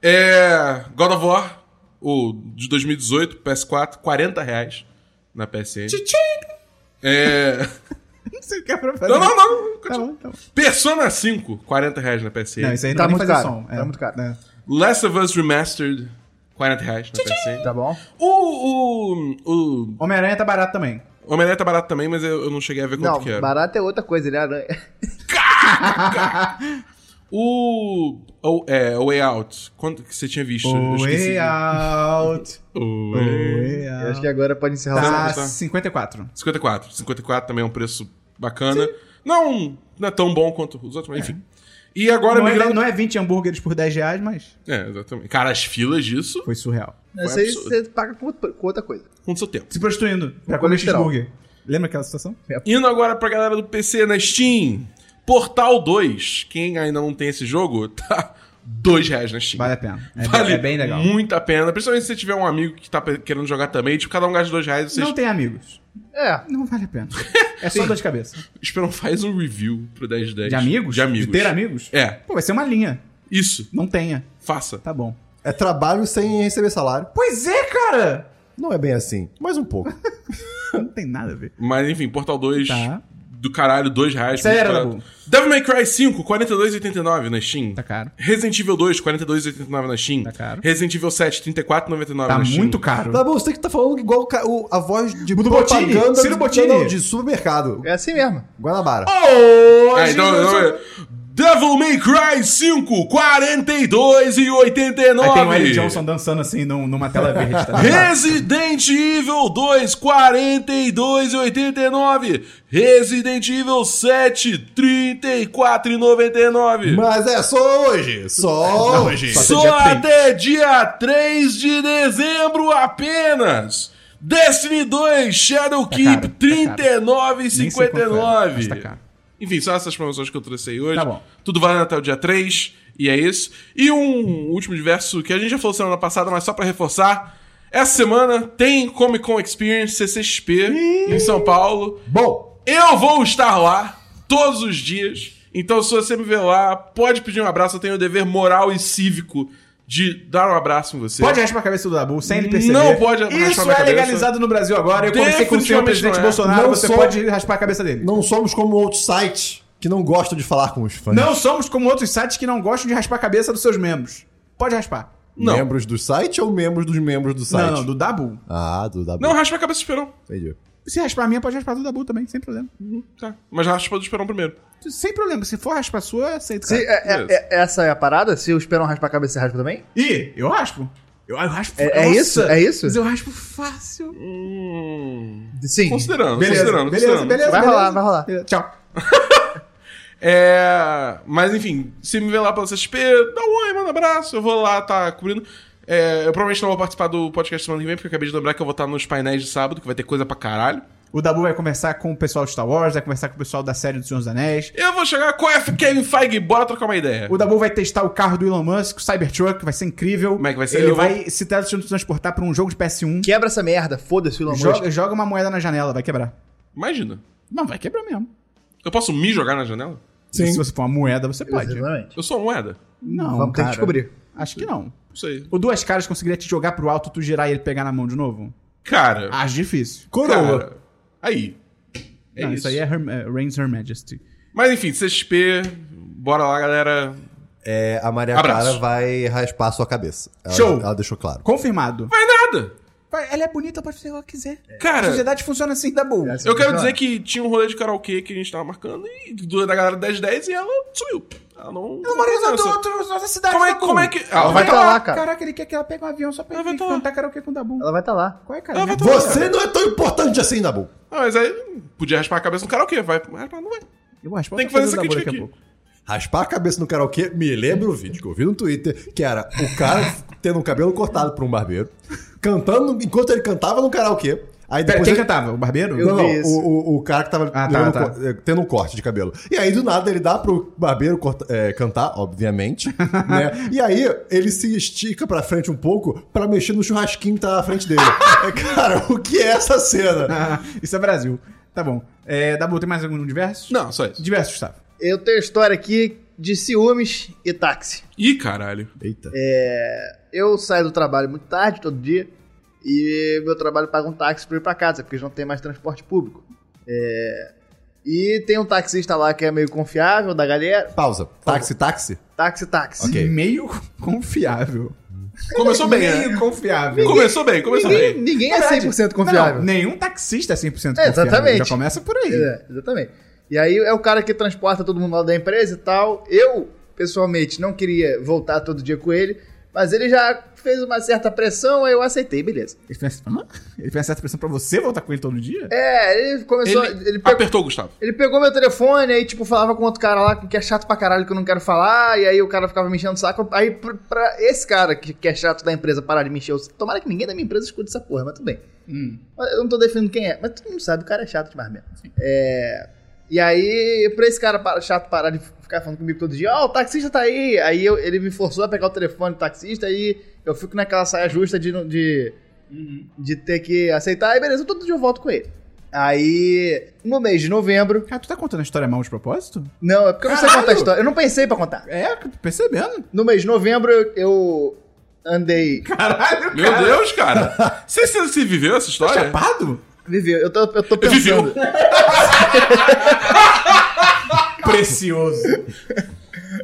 [SPEAKER 3] É, God of War, o de 2018, PS4, 40 reais na PSN.
[SPEAKER 1] Tchim!
[SPEAKER 3] É,
[SPEAKER 1] Não sei o que é pra fazer.
[SPEAKER 3] não, não, não.
[SPEAKER 1] Tá bom, tá bom.
[SPEAKER 3] Persona 5, 40 reais na
[SPEAKER 1] Não,
[SPEAKER 3] PSN.
[SPEAKER 1] isso aí não vai nem
[SPEAKER 4] Tá muito
[SPEAKER 1] fazer
[SPEAKER 4] caro,
[SPEAKER 1] som.
[SPEAKER 4] tá muito caro.
[SPEAKER 1] né?
[SPEAKER 3] Last of Us Remastered, 40 reais na PSN.
[SPEAKER 4] Tá bom?
[SPEAKER 3] O, o, o
[SPEAKER 1] Homem-Aranha tá barato também.
[SPEAKER 3] Homem-Aranha tá barato também, mas eu, eu não cheguei a ver quanto
[SPEAKER 4] Não,
[SPEAKER 3] que era.
[SPEAKER 4] barato é outra coisa, ele é aranha.
[SPEAKER 3] O, o, é, o Way Out, quanto que você tinha visto? Eu
[SPEAKER 1] O
[SPEAKER 3] esqueci.
[SPEAKER 1] Way Out.
[SPEAKER 3] O
[SPEAKER 1] O
[SPEAKER 3] Way-
[SPEAKER 1] Way
[SPEAKER 4] Eu acho
[SPEAKER 1] Out.
[SPEAKER 4] que é agora pode encerrar o
[SPEAKER 1] Tá
[SPEAKER 3] Tá.
[SPEAKER 1] 54.
[SPEAKER 3] 54. 54 também é um preço bacana. Não, não é tão bom quanto os outros, mas enfim. E agora
[SPEAKER 1] É. Não é,
[SPEAKER 3] migrando...
[SPEAKER 1] não é 20 hambúrgueres por 10 reais, mas
[SPEAKER 3] É, exatamente. Cara, as filas disso
[SPEAKER 1] foi surreal.
[SPEAKER 4] Essa aí
[SPEAKER 3] absurdo.
[SPEAKER 4] você paga com, com outra coisa.
[SPEAKER 3] com o seu tempo.
[SPEAKER 1] Se prostituindo pra
[SPEAKER 4] O
[SPEAKER 1] comer
[SPEAKER 4] colesterol.
[SPEAKER 1] cheeseburger. Lembra aquela situação?
[SPEAKER 3] Indo agora pra galera do PC na Steam. Portal 2. Quem ainda não tem esse jogo, tá R$2,00 reais na Steam.
[SPEAKER 1] Vale a pena. É,
[SPEAKER 3] Vale
[SPEAKER 1] é bem legal.
[SPEAKER 3] muito a pena. Principalmente se você tiver um amigo que tá pe- querendo jogar também. Tipo, cada um gasta dois reais e vocês
[SPEAKER 1] Não tem amigos.
[SPEAKER 4] É.
[SPEAKER 1] Não vale a pena. É só dor de cabeça.
[SPEAKER 3] esperam faz um review pro 10 10.
[SPEAKER 1] De amigos?
[SPEAKER 3] De amigos.
[SPEAKER 1] De ter amigos?
[SPEAKER 3] É,
[SPEAKER 1] Pô, vai ser uma linha.
[SPEAKER 3] isso.
[SPEAKER 1] Não tenha.
[SPEAKER 3] Faça.
[SPEAKER 1] Tá bom.
[SPEAKER 2] É trabalho sem receber salário.
[SPEAKER 1] Pois é, cara!
[SPEAKER 2] Não é bem assim, mas um pouco.
[SPEAKER 1] Não tem nada a ver.
[SPEAKER 3] Mas enfim, Portal 2
[SPEAKER 1] Tá.
[SPEAKER 3] do caralho, 2 reais.
[SPEAKER 1] Sério,
[SPEAKER 3] muito barato.
[SPEAKER 1] Dabu?
[SPEAKER 3] Devil May Cry 5, 42,89 na Steam.
[SPEAKER 1] Tá caro.
[SPEAKER 3] Resident Evil 2, 42,89 na Steam.
[SPEAKER 1] Tá caro.
[SPEAKER 3] Resident Evil 7, 34,99
[SPEAKER 1] Tá
[SPEAKER 3] na Steam.
[SPEAKER 1] muito caro.
[SPEAKER 2] Tá bom, você tem que estar falando igual o ca- o- a voz de
[SPEAKER 1] Do Bottini,
[SPEAKER 2] propaganda
[SPEAKER 1] Ciro
[SPEAKER 2] do-
[SPEAKER 1] Bottini.
[SPEAKER 2] não, de supermercado.
[SPEAKER 4] É assim mesmo.
[SPEAKER 2] Guanabara.
[SPEAKER 1] Hoje
[SPEAKER 3] Ah, então,
[SPEAKER 1] nós
[SPEAKER 3] então,
[SPEAKER 1] vamos-
[SPEAKER 3] é. Devil May Cry 5, 42,89.
[SPEAKER 1] Aí tem um o Eric Johnson dançando assim num- numa tela verde, tá ligado?
[SPEAKER 3] Resident Evil 2, 42,89. Resident Evil 7, 34,99.
[SPEAKER 2] Mas é só hoje. É Só hoje.
[SPEAKER 3] Só até dia 3 de dezembro apenas. Destiny 2, Shadowkeep,
[SPEAKER 1] caro, tá caro. Nem sei quanto é, mas tá
[SPEAKER 3] 39,59.
[SPEAKER 1] caro.
[SPEAKER 3] Enfim, são essas promoções que eu trouxe aí hoje.
[SPEAKER 1] Tá bom.
[SPEAKER 3] Tudo valendo até o dia 3. E é isso. E um último diverso que a gente já falou semana passada, mas só pra reforçar. Essa semana tem Comic Con Experience CCXP em São Paulo.
[SPEAKER 2] Bom,
[SPEAKER 3] Eu vou estar lá todos os dias. Então, se você me ver lá, pode pedir um abraço. Eu tenho o dever moral e cívico de dar um abraço em você.
[SPEAKER 1] Pode raspar a cabeça do Dabu sem ele perceber.
[SPEAKER 3] Não pode raspar
[SPEAKER 1] Isso
[SPEAKER 3] a minha
[SPEAKER 1] é
[SPEAKER 3] cabeça.
[SPEAKER 1] legalizado no Brasil agora. Eu conversei com o senhor
[SPEAKER 3] Definitivamente
[SPEAKER 1] presidente
[SPEAKER 3] não é.
[SPEAKER 1] Bolsonaro.
[SPEAKER 2] Não
[SPEAKER 1] você
[SPEAKER 2] sou-
[SPEAKER 1] pode raspar a cabeça dele.
[SPEAKER 2] não somos como outros sites que não gostam de falar com os fãs.
[SPEAKER 1] Não somos como outros sites que não gostam de raspar a cabeça dos seus membros. Pode raspar.
[SPEAKER 3] Não.
[SPEAKER 2] Membros do site ou membros dos membros do site?
[SPEAKER 1] Não, não, do Dabu.
[SPEAKER 2] Ah, do da
[SPEAKER 3] Não, raspa a cabeça do Esperão.
[SPEAKER 2] Entendi.
[SPEAKER 1] Se raspar a minha, pode raspar a do Dabu também, sem problema.
[SPEAKER 3] Tá. Mas raspa do Esperão primeiro.
[SPEAKER 1] Sem problema. Se for raspar a sua, eu aceito.
[SPEAKER 4] Se,
[SPEAKER 1] cara.
[SPEAKER 4] é- é- é- essa é a parada? Se o Esperão raspa a cabeça, você raspa também?
[SPEAKER 1] Ih, eu raspo. Eu, eu raspo.
[SPEAKER 4] É- é
[SPEAKER 1] Nossa,
[SPEAKER 4] isso? É isso?
[SPEAKER 1] Mas eu raspo fácil.
[SPEAKER 3] Hum.
[SPEAKER 4] Sim.
[SPEAKER 3] Considerando,
[SPEAKER 1] beleza,
[SPEAKER 3] considerando, considerando.
[SPEAKER 1] beleza.
[SPEAKER 4] Vai rolar,
[SPEAKER 1] beleza.
[SPEAKER 4] vai rolar.
[SPEAKER 1] Beleza. Tchau.
[SPEAKER 3] É. Mas enfim, se me ver lá pela CSP, dá um oi, manda um abraço. Eu vou lá, tá cobrindo. É, eu provavelmente não vou participar do podcast semana que vem, porque eu acabei de lembrar que eu vou estar nos painéis de sábado, que vai ter coisa pra caralho.
[SPEAKER 1] O Dabu vai conversar com o pessoal de Star Wars, vai conversar com o pessoal da série do Senhor dos Anéis.
[SPEAKER 3] Eu vou chegar com a FKM Feige, bora trocar uma ideia.
[SPEAKER 1] O Dabu vai testar o carro do Elon Musk, o Cybertruck, vai ser incrível.
[SPEAKER 3] Como é que vai ser?
[SPEAKER 1] Ele
[SPEAKER 3] Eu vou-
[SPEAKER 1] vai se teletransportar pra um jogo de PS1.
[SPEAKER 4] Quebra essa merda, foda-se o Elon Musk.
[SPEAKER 1] Joga, joga uma moeda na janela, vai quebrar.
[SPEAKER 3] Imagina.
[SPEAKER 1] Não, vai quebrar mesmo.
[SPEAKER 3] Eu posso me jogar na janela?
[SPEAKER 2] Sim.
[SPEAKER 1] Se você for uma moeda, você pode.
[SPEAKER 4] Exatamente.
[SPEAKER 3] Eu sou moeda?
[SPEAKER 1] Não,
[SPEAKER 4] Vamos ter que
[SPEAKER 1] cara.
[SPEAKER 4] descobrir.
[SPEAKER 1] Acho que não.
[SPEAKER 3] Não sei.
[SPEAKER 1] O Duas Caras conseguiria te jogar pro alto, tu girar e ele pegar na mão de novo?
[SPEAKER 3] Cara.
[SPEAKER 1] Acho difícil.
[SPEAKER 2] Coroa.
[SPEAKER 3] cara. Aí. É
[SPEAKER 1] Ah, Não, isso
[SPEAKER 3] isso.
[SPEAKER 1] aí é, Her, é Reigns Her Majesty.
[SPEAKER 3] Mas enfim, CSP. Bora lá, galera.
[SPEAKER 2] É, a Maria Clara
[SPEAKER 3] Abraço.
[SPEAKER 2] vai raspar a sua cabeça. Ela-
[SPEAKER 1] Show.
[SPEAKER 2] Ela deixou claro.
[SPEAKER 1] Confirmado.
[SPEAKER 3] Vai nada.
[SPEAKER 1] Vai, Ela é bonita, pode fazer o que quiser. A
[SPEAKER 3] Cara,
[SPEAKER 1] sociedade funciona assim, da boa.
[SPEAKER 4] É assim.
[SPEAKER 3] eu quero
[SPEAKER 4] Funciona.
[SPEAKER 3] dizer que tinha um rolê de karaokê que a gente tava marcando e do- da galera 1010 e ela sumiu. Ela não.
[SPEAKER 1] Eu moro em
[SPEAKER 3] não,
[SPEAKER 1] outra,
[SPEAKER 3] só-
[SPEAKER 1] outra, outra cidade.
[SPEAKER 3] Como é-
[SPEAKER 1] Dabu.
[SPEAKER 3] como é que- Ah,
[SPEAKER 1] Ela
[SPEAKER 4] vai
[SPEAKER 1] tá
[SPEAKER 4] tá lá, cara.
[SPEAKER 1] Caraca, ele quer que ela pegue um avião só pra
[SPEAKER 3] Ela vai
[SPEAKER 1] ele
[SPEAKER 3] tá lá.
[SPEAKER 1] cantar karaokê com o Dabu.
[SPEAKER 4] Ela vai estar lá.
[SPEAKER 1] Qual é, cara?
[SPEAKER 3] Ela vai
[SPEAKER 1] Né?
[SPEAKER 3] tá lá.
[SPEAKER 2] Você não é tão importante assim, Dabu.
[SPEAKER 3] Ah, mas aí podia raspar a cabeça no karaokê. Vai. Mas não vai.
[SPEAKER 1] Eu vou raspar
[SPEAKER 3] Tem que
[SPEAKER 1] outra coisa do
[SPEAKER 3] fazer essa
[SPEAKER 1] Dabu
[SPEAKER 3] crítica
[SPEAKER 1] daqui a pouco.
[SPEAKER 2] Raspar a cabeça no karaokê me lembra o vídeo que eu vi no Twitter, que era o cara tendo o cabelo cortado por um barbeiro, cantando enquanto ele cantava no karaokê. Aí
[SPEAKER 1] Pera,
[SPEAKER 2] depois
[SPEAKER 1] quem
[SPEAKER 2] ele-
[SPEAKER 1] cantava? O barbeiro?
[SPEAKER 4] Eu
[SPEAKER 2] não,
[SPEAKER 4] vi
[SPEAKER 2] não,
[SPEAKER 4] isso.
[SPEAKER 2] o, o, o cara que tava
[SPEAKER 1] Ah, tá,
[SPEAKER 2] levando
[SPEAKER 1] tá.
[SPEAKER 2] co- eh, tendo um corte de cabelo. E aí, do nada, ele dá pro barbeiro corta- eh, cantar, obviamente, né? E aí, ele se estica pra frente um pouco pra mexer no churrasquinho que tá na frente dele. É, cara, o que é essa cena?
[SPEAKER 1] Ah, Isso é Brasil. Tá bom. É, Dabu, tem mais algum tá. diverso?
[SPEAKER 3] Não, só isso.
[SPEAKER 1] Diverso, Gustavo.
[SPEAKER 4] Eu tenho história aqui de ciúmes e táxi.
[SPEAKER 3] Ih, caralho.
[SPEAKER 2] Eita.
[SPEAKER 4] É, Eu saio do trabalho muito tarde, todo dia, e meu trabalho paga um táxi pra eu ir pra casa, porque já não tem mais transporte público. É, E tem um taxista lá que é meio confiável da galera.
[SPEAKER 2] Pausa. Táxi, táxi?
[SPEAKER 4] Táxi, táxi.
[SPEAKER 2] Ok.
[SPEAKER 1] Meio confiável.
[SPEAKER 3] Começou bem, né?
[SPEAKER 1] Meio confiável.
[SPEAKER 3] Começou bem, começou
[SPEAKER 4] Ninguém,
[SPEAKER 3] bem.
[SPEAKER 4] ninguém é
[SPEAKER 1] Verdade.
[SPEAKER 4] 100% confiável.
[SPEAKER 1] Não, nenhum taxista é 100% confiável.
[SPEAKER 4] É, exatamente.
[SPEAKER 1] Já começa por aí.
[SPEAKER 4] É, exatamente. E aí é o cara que transporta todo mundo lá da empresa e tal. Eu, pessoalmente, não queria voltar todo dia com ele, mas ele já fez uma certa pressão, aí eu aceitei, beleza.
[SPEAKER 1] Ele fez, hã? ele fez essa pressão pra você voltar com ele todo dia?
[SPEAKER 4] É, ele começou.
[SPEAKER 3] Ele,
[SPEAKER 4] Ele, pegou,
[SPEAKER 3] apertou o Gustavo.
[SPEAKER 4] ele pegou meu telefone, aí, tipo, falava com outro cara lá que é chato pra caralho que eu não quero falar, e aí o cara ficava me enchendo o saco. Aí, pra, pra esse cara que, que é chato da empresa parar de me encher o saco. Tomara que ninguém da minha empresa escute essa porra, mas tudo bem.
[SPEAKER 1] É. Hum.
[SPEAKER 4] Mas Eu não tô definindo quem é, mas todo mundo sabe, o cara é chato demais mesmo. É, E aí, pra esse cara para- chato parar de ficar falando comigo todo dia, ó, o taxista tá aí. Aí eu- ele me forçou a pegar o telefone do taxista e eu fico naquela saia justa de, não- de,
[SPEAKER 1] Hum.
[SPEAKER 4] de ter que aceitar. E beleza, todo dia eu volto com ele. Aí, no mês de novembro.
[SPEAKER 1] Cara, tu tá contando a história mal de propósito?
[SPEAKER 4] Não, é porque eu não sei
[SPEAKER 1] Caralho!
[SPEAKER 4] contar a história. Eu não pensei pra contar.
[SPEAKER 1] É, eu tô percebendo.
[SPEAKER 4] No mês de novembro, eu- eu andei.
[SPEAKER 1] Caralho,
[SPEAKER 3] Meu Deus, cara. Você, você, você viveu essa
[SPEAKER 1] Tá
[SPEAKER 3] história?
[SPEAKER 1] chapado?
[SPEAKER 4] Viveu, eu tô, eu tô
[SPEAKER 3] Viveu.
[SPEAKER 4] pensando.
[SPEAKER 1] Precioso.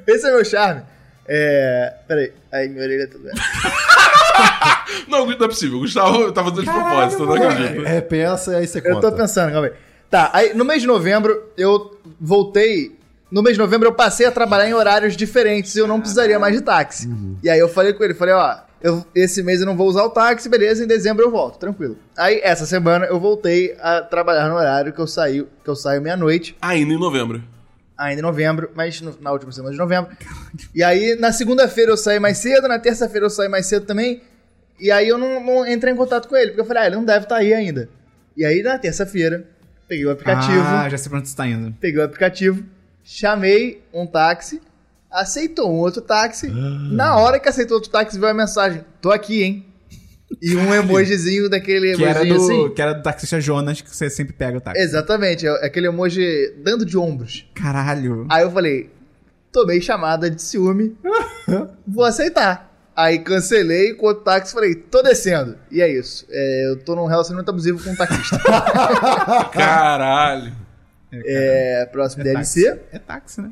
[SPEAKER 4] Esse é meu charme. É. Peraí. Aí minha orelha tá doendo.
[SPEAKER 3] Não, não é possível. O Gustavo tava fazendo de propósito, eu não acredito.
[SPEAKER 2] É, pensa e aí você
[SPEAKER 4] Eu
[SPEAKER 2] conta.
[SPEAKER 4] tô pensando, calma aí. Tá, aí no mês de novembro eu voltei. No mês de novembro eu passei a trabalhar em horários diferentes e eu não precisaria mais de táxi. E aí eu falei com ele, falei, ó, eu, esse mês eu não vou usar o táxi, beleza, em dezembro eu volto, tranquilo. Aí essa semana eu voltei a trabalhar no horário que eu saio, que eu saio meia-noite.
[SPEAKER 3] Ainda Ah, em novembro.
[SPEAKER 4] ainda em novembro, mas no- na última semana de novembro. E aí, na segunda-feira eu saí mais cedo, na terça-feira eu saí mais cedo também. E aí eu não, não entrei em contato com ele, porque eu falei, ah, ele não deve estar aí ainda. E aí, na terça-feira, peguei o aplicativo,
[SPEAKER 1] Ah, já sei pra onde você tá indo.
[SPEAKER 4] peguei o aplicativo, chamei um táxi, aceitou um outro táxi.
[SPEAKER 1] Ah.
[SPEAKER 4] Na hora que aceitou outro táxi, veio a mensagem, tô aqui, hein? E um emojizinho daquele
[SPEAKER 1] Que
[SPEAKER 4] emoji
[SPEAKER 1] era, do,
[SPEAKER 4] assim.
[SPEAKER 1] que era do taxista Jonas, que você sempre pega o táxi.
[SPEAKER 4] Exatamente, é aquele emoji dando de ombros.
[SPEAKER 1] Caralho.
[SPEAKER 4] Aí eu falei, tomei chamada de ciúme, vou aceitar. Aí cancelei com o táxi falei, tô descendo. E é isso. É, eu tô num relacionamento abusivo com um taxista.
[SPEAKER 3] Caralho.
[SPEAKER 4] é, próximo DLC.
[SPEAKER 1] É táxi, né?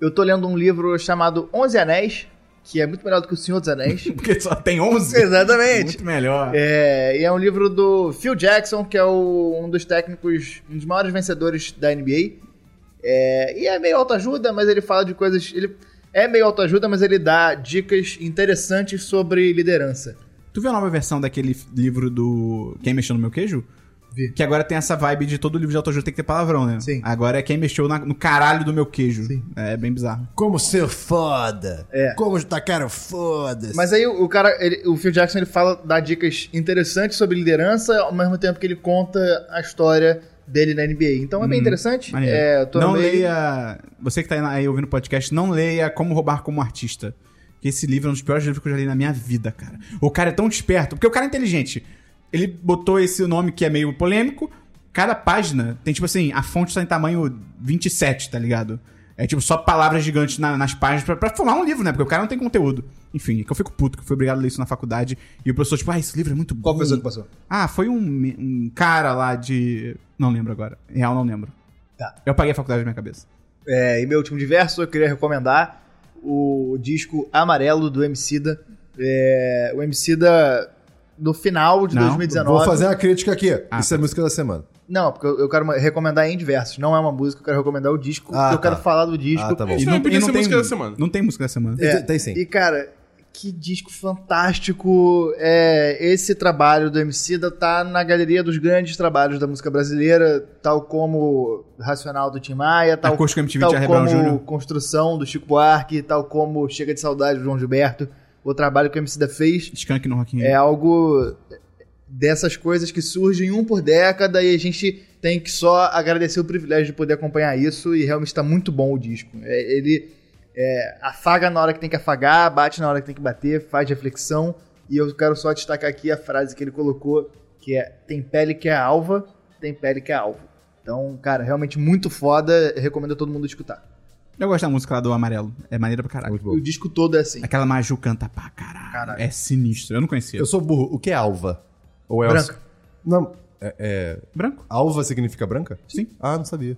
[SPEAKER 4] Eu tô lendo um livro chamado Onze Anéis, que é muito melhor do que O Senhor dos Anéis.
[SPEAKER 1] Porque só tem 11.
[SPEAKER 4] Exatamente.
[SPEAKER 1] Muito melhor.
[SPEAKER 4] É, e é um livro do Phil Jackson, que é o- um dos técnicos, um dos maiores vencedores da NBA. É, e é meio autoajuda, mas ele fala de coisas. Ele é meio autoajuda, mas ele dá dicas interessantes sobre liderança.
[SPEAKER 1] Tu viu a nova versão daquele livro do Quem Mexeu no Meu Queijo?
[SPEAKER 4] Vi.
[SPEAKER 1] Que agora tem essa vibe de todo livro de autoajuda tem que ter palavrão, né?
[SPEAKER 4] Sim.
[SPEAKER 1] Agora é quem mexeu na- no caralho do meu queijo. É bem bizarro.
[SPEAKER 2] Como ser foda.
[SPEAKER 4] É.
[SPEAKER 2] Como tacar o foda-se.
[SPEAKER 4] Mas aí o, o cara, ele- o Phil Jackson, ele fala, dá dicas interessantes sobre liderança, ao mesmo tempo que ele conta a história dele na NBA. Então é bem interessante.
[SPEAKER 1] Uhum. Maneiro.
[SPEAKER 4] É, eu tô
[SPEAKER 1] não
[SPEAKER 4] meio-
[SPEAKER 1] leia. Você que tá aí ouvindo o podcast, não leia Como Roubar como Artista. Que esse livro é um dos piores livros que eu já li na minha vida, cara. O cara é tão esperto, porque o cara é inteligente. Ele botou esse nome que é meio polêmico. Cada página tem, tipo assim, a fonte tá em tamanho 27, tá ligado? É tipo só palavras gigantes na- nas páginas pra, pra formar um livro, né? Porque o cara não tem conteúdo. Enfim, é que eu fico puto, que eu fui obrigado a ler isso na faculdade. E o professor, tipo, ah, esse livro é muito bom.
[SPEAKER 4] Qual pessoa que passou?
[SPEAKER 1] Ah, foi um, um cara lá de. Não lembro agora. Real, não lembro.
[SPEAKER 4] Tá.
[SPEAKER 1] Eu paguei a faculdade na minha cabeça.
[SPEAKER 4] É, e meu último diverso, eu queria recomendar o disco Amarelo do Emicida. É, o Emicida no final de
[SPEAKER 1] Não,
[SPEAKER 4] 2019.
[SPEAKER 2] Vou fazer uma crítica aqui.
[SPEAKER 1] Ah,
[SPEAKER 2] Isso é música da semana.
[SPEAKER 4] Não, porque eu eu quero uma- recomendar em diversos. Não é uma música, eu quero recomendar o disco.
[SPEAKER 2] Ah,
[SPEAKER 4] eu
[SPEAKER 2] tá.
[SPEAKER 4] quero falar do disco.
[SPEAKER 2] Ah, tá bom.
[SPEAKER 3] Isso não podia ser música da semana.
[SPEAKER 1] Não tem música da semana.
[SPEAKER 4] É,
[SPEAKER 2] Tem- Tem sim.
[SPEAKER 4] E cara, que disco fantástico. É, esse trabalho do Emicida tá na galeria dos grandes trabalhos da música brasileira, tal como Racional do Tim Maia, tal
[SPEAKER 1] Acústico MTV
[SPEAKER 4] tal
[SPEAKER 1] de Arrebel
[SPEAKER 4] como
[SPEAKER 1] Júnior.
[SPEAKER 4] Construção do Chico Buarque, tal como Chega de Saudade do João Gilberto. o trabalho que a Emicida fez
[SPEAKER 1] Skunk no Rock in Rio.
[SPEAKER 4] é algo dessas coisas que surgem um por década e a gente tem que só agradecer o privilégio de poder acompanhar isso e realmente está muito bom o disco. É, ele é, afaga na hora que tem que afagar, bate na hora que tem que bater, faz reflexão e eu quero só destacar aqui a frase que ele colocou que é tem pele que é alva, tem pele que é alvo. Então, cara, realmente muito foda, recomendo a todo mundo escutar.
[SPEAKER 1] Eu gosto da música lá do Amarelo. É maneira pra caralho.
[SPEAKER 2] Muito bom.
[SPEAKER 4] O disco todo é assim.
[SPEAKER 1] Aquela Maju canta pra caralho.
[SPEAKER 4] Caralho.
[SPEAKER 1] É sinistro. Eu não conhecia.
[SPEAKER 2] Eu sou burro. O que é alva? Ou elsa?
[SPEAKER 4] Branca.
[SPEAKER 2] Não. É, é-
[SPEAKER 1] Branco.
[SPEAKER 2] Alva significa branca?
[SPEAKER 1] Sim.
[SPEAKER 2] Ah, não sabia.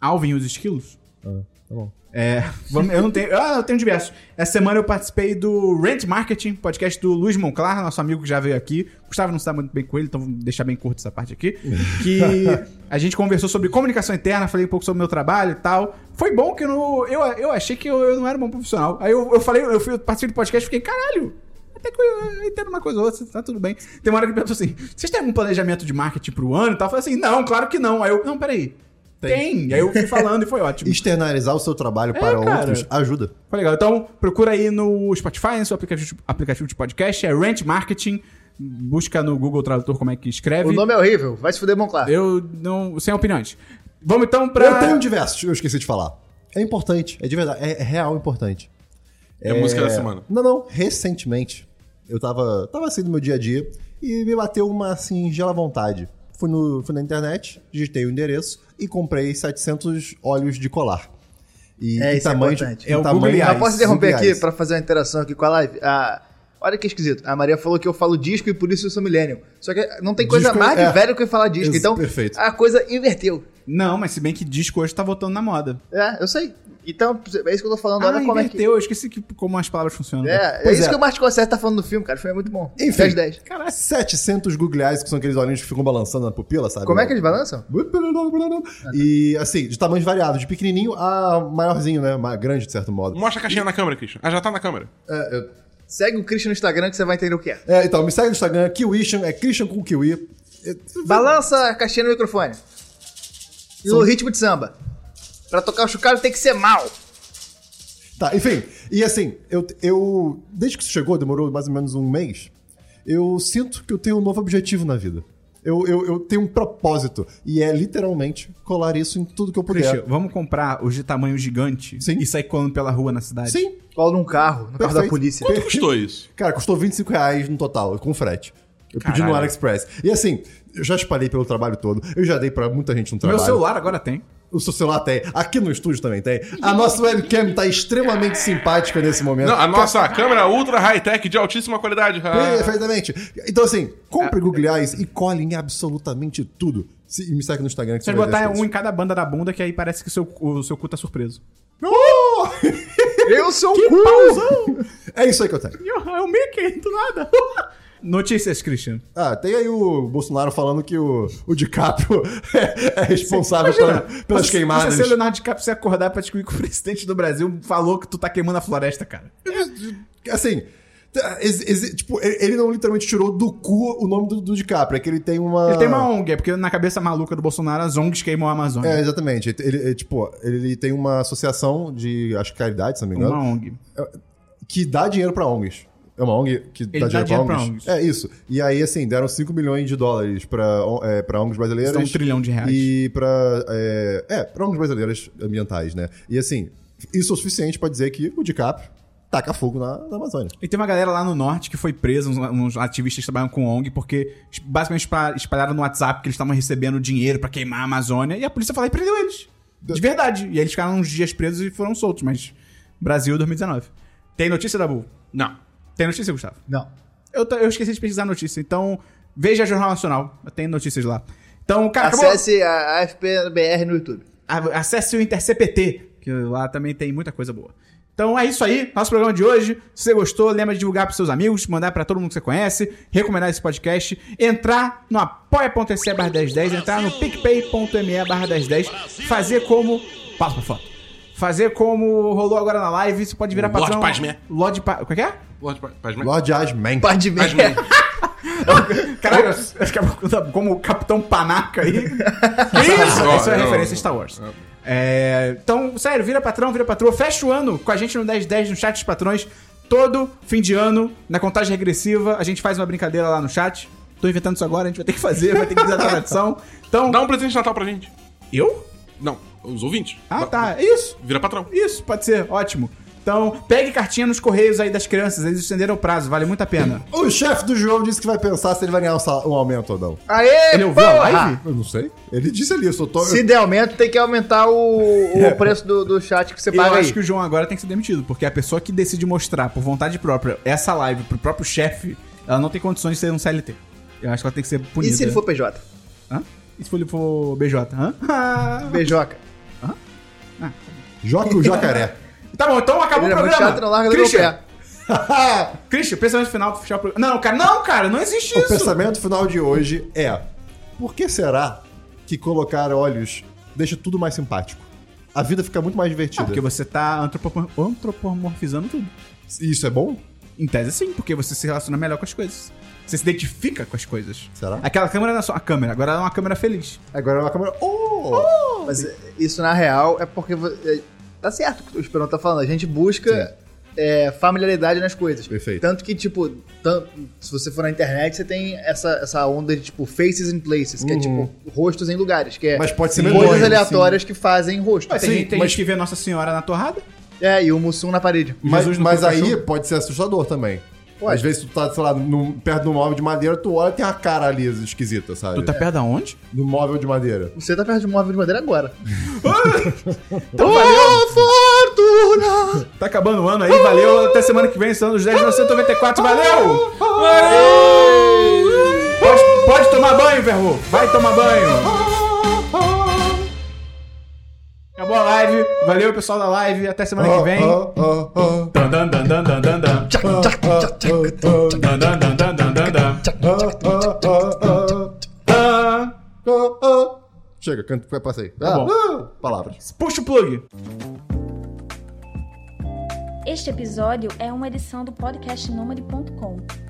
[SPEAKER 1] Alvin e os esquilos.
[SPEAKER 2] Ah, tá bom.
[SPEAKER 1] É, vamos- eu não tenho. Ah, eu tenho diversos. Essa semana eu participei do Rent Marketing, podcast do Luiz Monclar, nosso amigo que já veio aqui. Gustavo não se dá muito bem com ele, então vamos deixar bem curto essa parte aqui. Que a gente conversou sobre comunicação interna, falei um pouco sobre o meu trabalho e tal. Foi bom que no, eu, eu achei que eu, eu não era um bom profissional. Aí eu, eu falei, eu fui participar do podcast e fiquei, caralho, até que eu eu entendo uma coisa ou outra, tá tudo bem. Tem uma hora que ele perguntou assim: vocês têm algum planejamento de marketing pro ano e tal? Eu falei assim, não, claro que não. Aí eu, não, peraí. Tem. E aí eu fui falando e foi ótimo.
[SPEAKER 2] Externalizar o seu trabalho para
[SPEAKER 1] É, cara.
[SPEAKER 2] outros ajuda.
[SPEAKER 1] Foi legal. Então, procura aí no Spotify, no seu aplicativo, aplicativo de podcast, é Rent Marketing. Busca no Google Tradutor como é que escreve.
[SPEAKER 4] O nome é horrível, vai se fuder, bom claro.
[SPEAKER 1] Eu não. Sem opiniões. Vamos então pra.
[SPEAKER 2] Eu tenho diversos, eu esqueci de falar. É importante, é de verdade, é, é real importante.
[SPEAKER 3] É a música da semana.
[SPEAKER 2] Não, não, recentemente eu tava, tava assim no meu dia a dia e me bateu uma singela vontade. Fui, no, fui na internet, digitei o endereço e comprei 700 olhos de colar. E,
[SPEAKER 4] É,
[SPEAKER 2] e
[SPEAKER 4] isso é
[SPEAKER 2] tamanho,
[SPEAKER 4] importante.
[SPEAKER 2] e
[SPEAKER 1] É o
[SPEAKER 2] tamanho-
[SPEAKER 1] Google Reais,
[SPEAKER 4] Eu posso interromper
[SPEAKER 2] Google
[SPEAKER 4] aqui
[SPEAKER 2] Reais.
[SPEAKER 4] pra fazer uma interação aqui com a live? Ah, olha que esquisito. A Maria falou que eu falo disco e por isso eu sou millennial. Só que não tem coisa
[SPEAKER 2] Disco,
[SPEAKER 4] mais de
[SPEAKER 2] é.
[SPEAKER 4] velho que eu falar disco.
[SPEAKER 2] Isso,
[SPEAKER 4] então,
[SPEAKER 2] perfeito.
[SPEAKER 4] a coisa inverteu.
[SPEAKER 1] Não, mas se bem que disco hoje tá voltando na moda.
[SPEAKER 4] É, eu sei. Então, é isso que eu tô falando. Olha
[SPEAKER 1] ah,
[SPEAKER 4] como
[SPEAKER 1] inverteu. Eu esqueci que, como as palavras funcionam. né?
[SPEAKER 4] é que... É, é
[SPEAKER 2] Pois
[SPEAKER 4] isso
[SPEAKER 2] é.
[SPEAKER 4] que o Martin Scorsese tá falando no filme, cara. O filme é muito bom.
[SPEAKER 2] Enfim. Tá
[SPEAKER 4] 10 10.
[SPEAKER 1] Caralho.
[SPEAKER 2] 700 Google Eyes, que são aqueles olhinhos que ficam balançando na pupila, sabe?
[SPEAKER 4] Como é que eles balançam?
[SPEAKER 2] E assim, de tamanhos variados, de pequenininho a maiorzinho, né? Ma- Grande, de certo modo.
[SPEAKER 3] Mostra a caixinha na câmera, Christian. Ah, já tá na câmera.
[SPEAKER 2] É, eu-
[SPEAKER 4] Segue o Christian no Instagram que você vai entender o que é.
[SPEAKER 2] é, então, me segue no Instagram, Kiwishan, é Christian com Kiwi.
[SPEAKER 4] Balança a caixinha no microfone. E o ritmo de samba. Pra tocar o chocalho tem que ser mal.
[SPEAKER 2] Tá, enfim. E assim, eu, eu. Desde que isso chegou, demorou mais ou menos um mês, eu sinto que eu tenho um novo objetivo na vida. Eu, eu, eu tenho um propósito. E é literalmente colar isso em tudo que eu puder.
[SPEAKER 1] Christian, vamos comprar os de tamanho gigante
[SPEAKER 2] Sim.
[SPEAKER 1] e sair colando pela rua na cidade.
[SPEAKER 2] Sim.
[SPEAKER 4] Cola num um carro, no carro da
[SPEAKER 2] Perfeito.
[SPEAKER 4] polícia.
[SPEAKER 3] Quanto custou isso?
[SPEAKER 2] Cara, custou 25 reais no total, com frete. Eu pedi
[SPEAKER 3] Caralho.
[SPEAKER 2] no AliExpress. E assim, eu já espalhei pelo trabalho todo. Eu já dei pra muita gente no
[SPEAKER 1] Meu
[SPEAKER 2] trabalho.
[SPEAKER 1] celular agora tem.
[SPEAKER 2] O seu celular tem. Aqui no estúdio também tem. A nossa webcam tá extremamente simpática nesse
[SPEAKER 1] É,
[SPEAKER 2] momento.
[SPEAKER 3] Não, a nossa câmera ultra high-tech de altíssima qualidade. Ah.
[SPEAKER 1] é.
[SPEAKER 2] Perfeitamente. Então, assim,
[SPEAKER 1] Ah.
[SPEAKER 2] compre Google Eyes e colhe em absolutamente tudo. Se- E me segue no Instagram que
[SPEAKER 1] Você
[SPEAKER 2] você
[SPEAKER 1] vai botar
[SPEAKER 2] ver as
[SPEAKER 1] um em cada banda da bunda, que aí parece que seu, o seu cu tá surpreso.
[SPEAKER 2] coisas.
[SPEAKER 4] Eu sou o cu!
[SPEAKER 2] Oh! Uh! É isso aí que eu tenho.
[SPEAKER 1] É o Mickey, do nada. Notícias, Christian.
[SPEAKER 2] Ah, tem aí o Bolsonaro falando que o, o DiCaprio é, é responsável pela- pelas
[SPEAKER 1] você,
[SPEAKER 2] queimadas.
[SPEAKER 1] Você ser Leonardo DiCaprio, você acordar pra descobrir que o presidente do Brasil falou que tu tá queimando a floresta, cara.
[SPEAKER 2] Assim, t- ex- ex- tipo, ele ele não literalmente tirou do cu o nome do, do DiCaprio, é que ele tem uma...
[SPEAKER 1] Ele tem uma ONG, é porque na cabeça maluca do Bolsonaro, as ONGs queimam a Amazônia.
[SPEAKER 2] É, exatamente. Ele, ele- tipo, ele tem uma associação de, acho que caridade, se não me engano.
[SPEAKER 1] uma ONG.
[SPEAKER 2] que dá dinheiro pra ONGs. É uma ONG que dá, dinheiro, pra, ONGs. É isso. E aí, assim, deram 5 milhões de dólares pra, on- é, pra ONGs brasileiras.
[SPEAKER 1] São um trilhão de reais.
[SPEAKER 2] E pra. É, é, pra ONGs brasileiras ambientais, né? E assim, isso é o suficiente pra dizer que o DiCaprio taca fogo na, na Amazônia.
[SPEAKER 1] E tem uma galera lá no norte que foi presa, uns, uns ativistas que trabalham com ONG, porque es- basicamente espa- espalharam no WhatsApp que eles estavam recebendo dinheiro pra queimar a Amazônia, e a polícia foi lá e prendeu eles. De verdade. E eles ficaram uns dias presos e foram soltos, mas Brasil 2019. Tem notícia, Dabu?
[SPEAKER 3] Não.
[SPEAKER 1] Tem notícia, Gustavo?
[SPEAKER 4] Não.
[SPEAKER 1] Eu, ta- eu esqueci de pesquisar a notícia, então veja Jornal Nacional. Tem notícias lá. Então, cara, acabou.
[SPEAKER 4] Acesse a AFPBR no YouTube.
[SPEAKER 1] A- acesse o InterCPT, que lá também tem muita coisa boa. Então é isso aí, nosso programa de hoje. Se você gostou, lembra de divulgar para seus amigos, mandar para todo mundo que você conhece, recomendar esse podcast, entrar no apoia.se barra 1010, entrar no picpay.me barra 1010, fazer como... Passa pra fora. Fazer como rolou agora na live, você pode virar
[SPEAKER 3] Lorde
[SPEAKER 1] patrão...
[SPEAKER 3] Pasmé.
[SPEAKER 1] Lorde Pa... Qual que é?
[SPEAKER 3] Lorde Pa- Paz, mas-
[SPEAKER 2] Lord Asman.
[SPEAKER 4] Pode de
[SPEAKER 3] Paz,
[SPEAKER 4] ver.
[SPEAKER 3] mas-
[SPEAKER 1] Caralho, acho que é como o Capitão Panaca aí. isso?
[SPEAKER 3] Ó,
[SPEAKER 1] Isso é
[SPEAKER 3] não,
[SPEAKER 1] referência
[SPEAKER 3] não.
[SPEAKER 1] a Star Wars. É, então, sério, vira patrão, vira patroa. Fecha o ano com a gente no 1010, no chat dos patrões. Todo fim de ano, na contagem regressiva, a gente faz uma brincadeira lá no chat. Tô inventando isso agora, a gente vai ter que fazer, vai ter que fazer a tradição. Então,
[SPEAKER 3] Dá um presente de Natal pra gente.
[SPEAKER 1] eu?
[SPEAKER 3] Não, os ouvintes.
[SPEAKER 1] Ah,
[SPEAKER 3] Va-
[SPEAKER 1] tá. É isso.
[SPEAKER 3] Vira patrão.
[SPEAKER 1] Isso, pode ser. Ótimo. Então, pegue cartinha nos correios aí das crianças. Eles estenderam o prazo, vale muito a pena.
[SPEAKER 2] O chefe do João disse que vai pensar se ele vai ganhar um, sal- um aumento ou não.
[SPEAKER 4] Aê,
[SPEAKER 1] Ele ouviu a
[SPEAKER 4] porra!
[SPEAKER 1] live?
[SPEAKER 2] Eu não sei. Ele disse ali, eu só tô.
[SPEAKER 4] Se der aumento, tem que aumentar o, o preço do, do chat que você
[SPEAKER 1] É. Eu
[SPEAKER 4] paga aí.
[SPEAKER 1] acho que o é João agora tem que ser demitido, porque a pessoa que decide mostrar por vontade própria essa live pro próprio chefe, ela não tem condições de ser um CLT. Eu acho que ela tem que ser punida.
[SPEAKER 4] E se ele for PJ?
[SPEAKER 1] Hã? E se ele for BJ? Hã?
[SPEAKER 4] Beijoca.
[SPEAKER 2] Joca o jacaré.
[SPEAKER 1] Tá bom, então acabou
[SPEAKER 4] Ele
[SPEAKER 1] o
[SPEAKER 4] é muito
[SPEAKER 1] programa.
[SPEAKER 4] chato, não larga do meu
[SPEAKER 1] Christian,
[SPEAKER 4] pé.
[SPEAKER 1] Christian, pensamento final pra fechar o programa. Não, cara, não, cara, não existe
[SPEAKER 2] o
[SPEAKER 1] isso.
[SPEAKER 2] pensamento final de hoje é: por que será que colocar olhos deixa tudo mais simpático? A vida fica muito mais
[SPEAKER 1] Ah,
[SPEAKER 2] divertida.
[SPEAKER 1] porque você tá antropomor- antropomorfizando tudo.
[SPEAKER 2] Isso é bom?
[SPEAKER 1] Em tese, sim, porque você se relaciona melhor com as coisas. Você se identifica com as coisas.
[SPEAKER 2] Será?
[SPEAKER 1] Aquela câmera não é só uma câmera, agora ela é uma câmera feliz.
[SPEAKER 2] Agora é uma câmera. Oh!
[SPEAKER 4] Mas isso, na real, é porque... vo- é, Tá certo o que o Esperão tá falando. A gente busca é, familiaridade nas coisas.
[SPEAKER 2] Perfeito.
[SPEAKER 4] Tanto que, tipo, tan- se você for na internet, você tem essa, essa onda de, tipo, faces in places, que é,
[SPEAKER 1] Uhum.
[SPEAKER 4] tipo, rostos em lugares, que é
[SPEAKER 2] Mas pode ser
[SPEAKER 4] coisas
[SPEAKER 2] medonho,
[SPEAKER 4] aleatórias que fazem rosto.
[SPEAKER 1] Ué, tem
[SPEAKER 2] Sim,
[SPEAKER 1] gente, tem
[SPEAKER 2] mas-
[SPEAKER 1] gente que vê Nossa Senhora na torrada.
[SPEAKER 4] É, e o Mussum na parede.
[SPEAKER 2] Mas,
[SPEAKER 1] Jesus no
[SPEAKER 2] mas
[SPEAKER 1] cu do
[SPEAKER 2] aí
[SPEAKER 1] cachorro.
[SPEAKER 2] pode ser assustador também.
[SPEAKER 4] Ué.
[SPEAKER 2] Às vezes tu tá, sei lá, num- perto de um móvel de madeira, tu olha e tem a cara ali esquisita, sabe?
[SPEAKER 1] Tu tá perto da onde?
[SPEAKER 2] No móvel de madeira.
[SPEAKER 4] Você tá perto de um móvel de madeira agora.
[SPEAKER 1] Então valeu! Fortuna! Tá acabando o ano aí, valeu. Até semana que vem, são os 10 de 1994, valeu! Pode, pode tomar banho, Verru! Vai tomar banho! Acabou a live, valeu pessoal da live, até semana que vem.
[SPEAKER 2] Oh, oh, oh, oh.
[SPEAKER 1] Dan, dan, dan, dan, dan, dan, dan. Dan, dan, dan, dan, dan, dan, dan.
[SPEAKER 2] Ah,
[SPEAKER 1] Dan.
[SPEAKER 2] ah, Chega, canto, passa aí.
[SPEAKER 1] Tá bom.
[SPEAKER 2] ah, palavras.
[SPEAKER 1] Puxa o plug!
[SPEAKER 6] Este episódio é uma edição do podcast Nômade.com.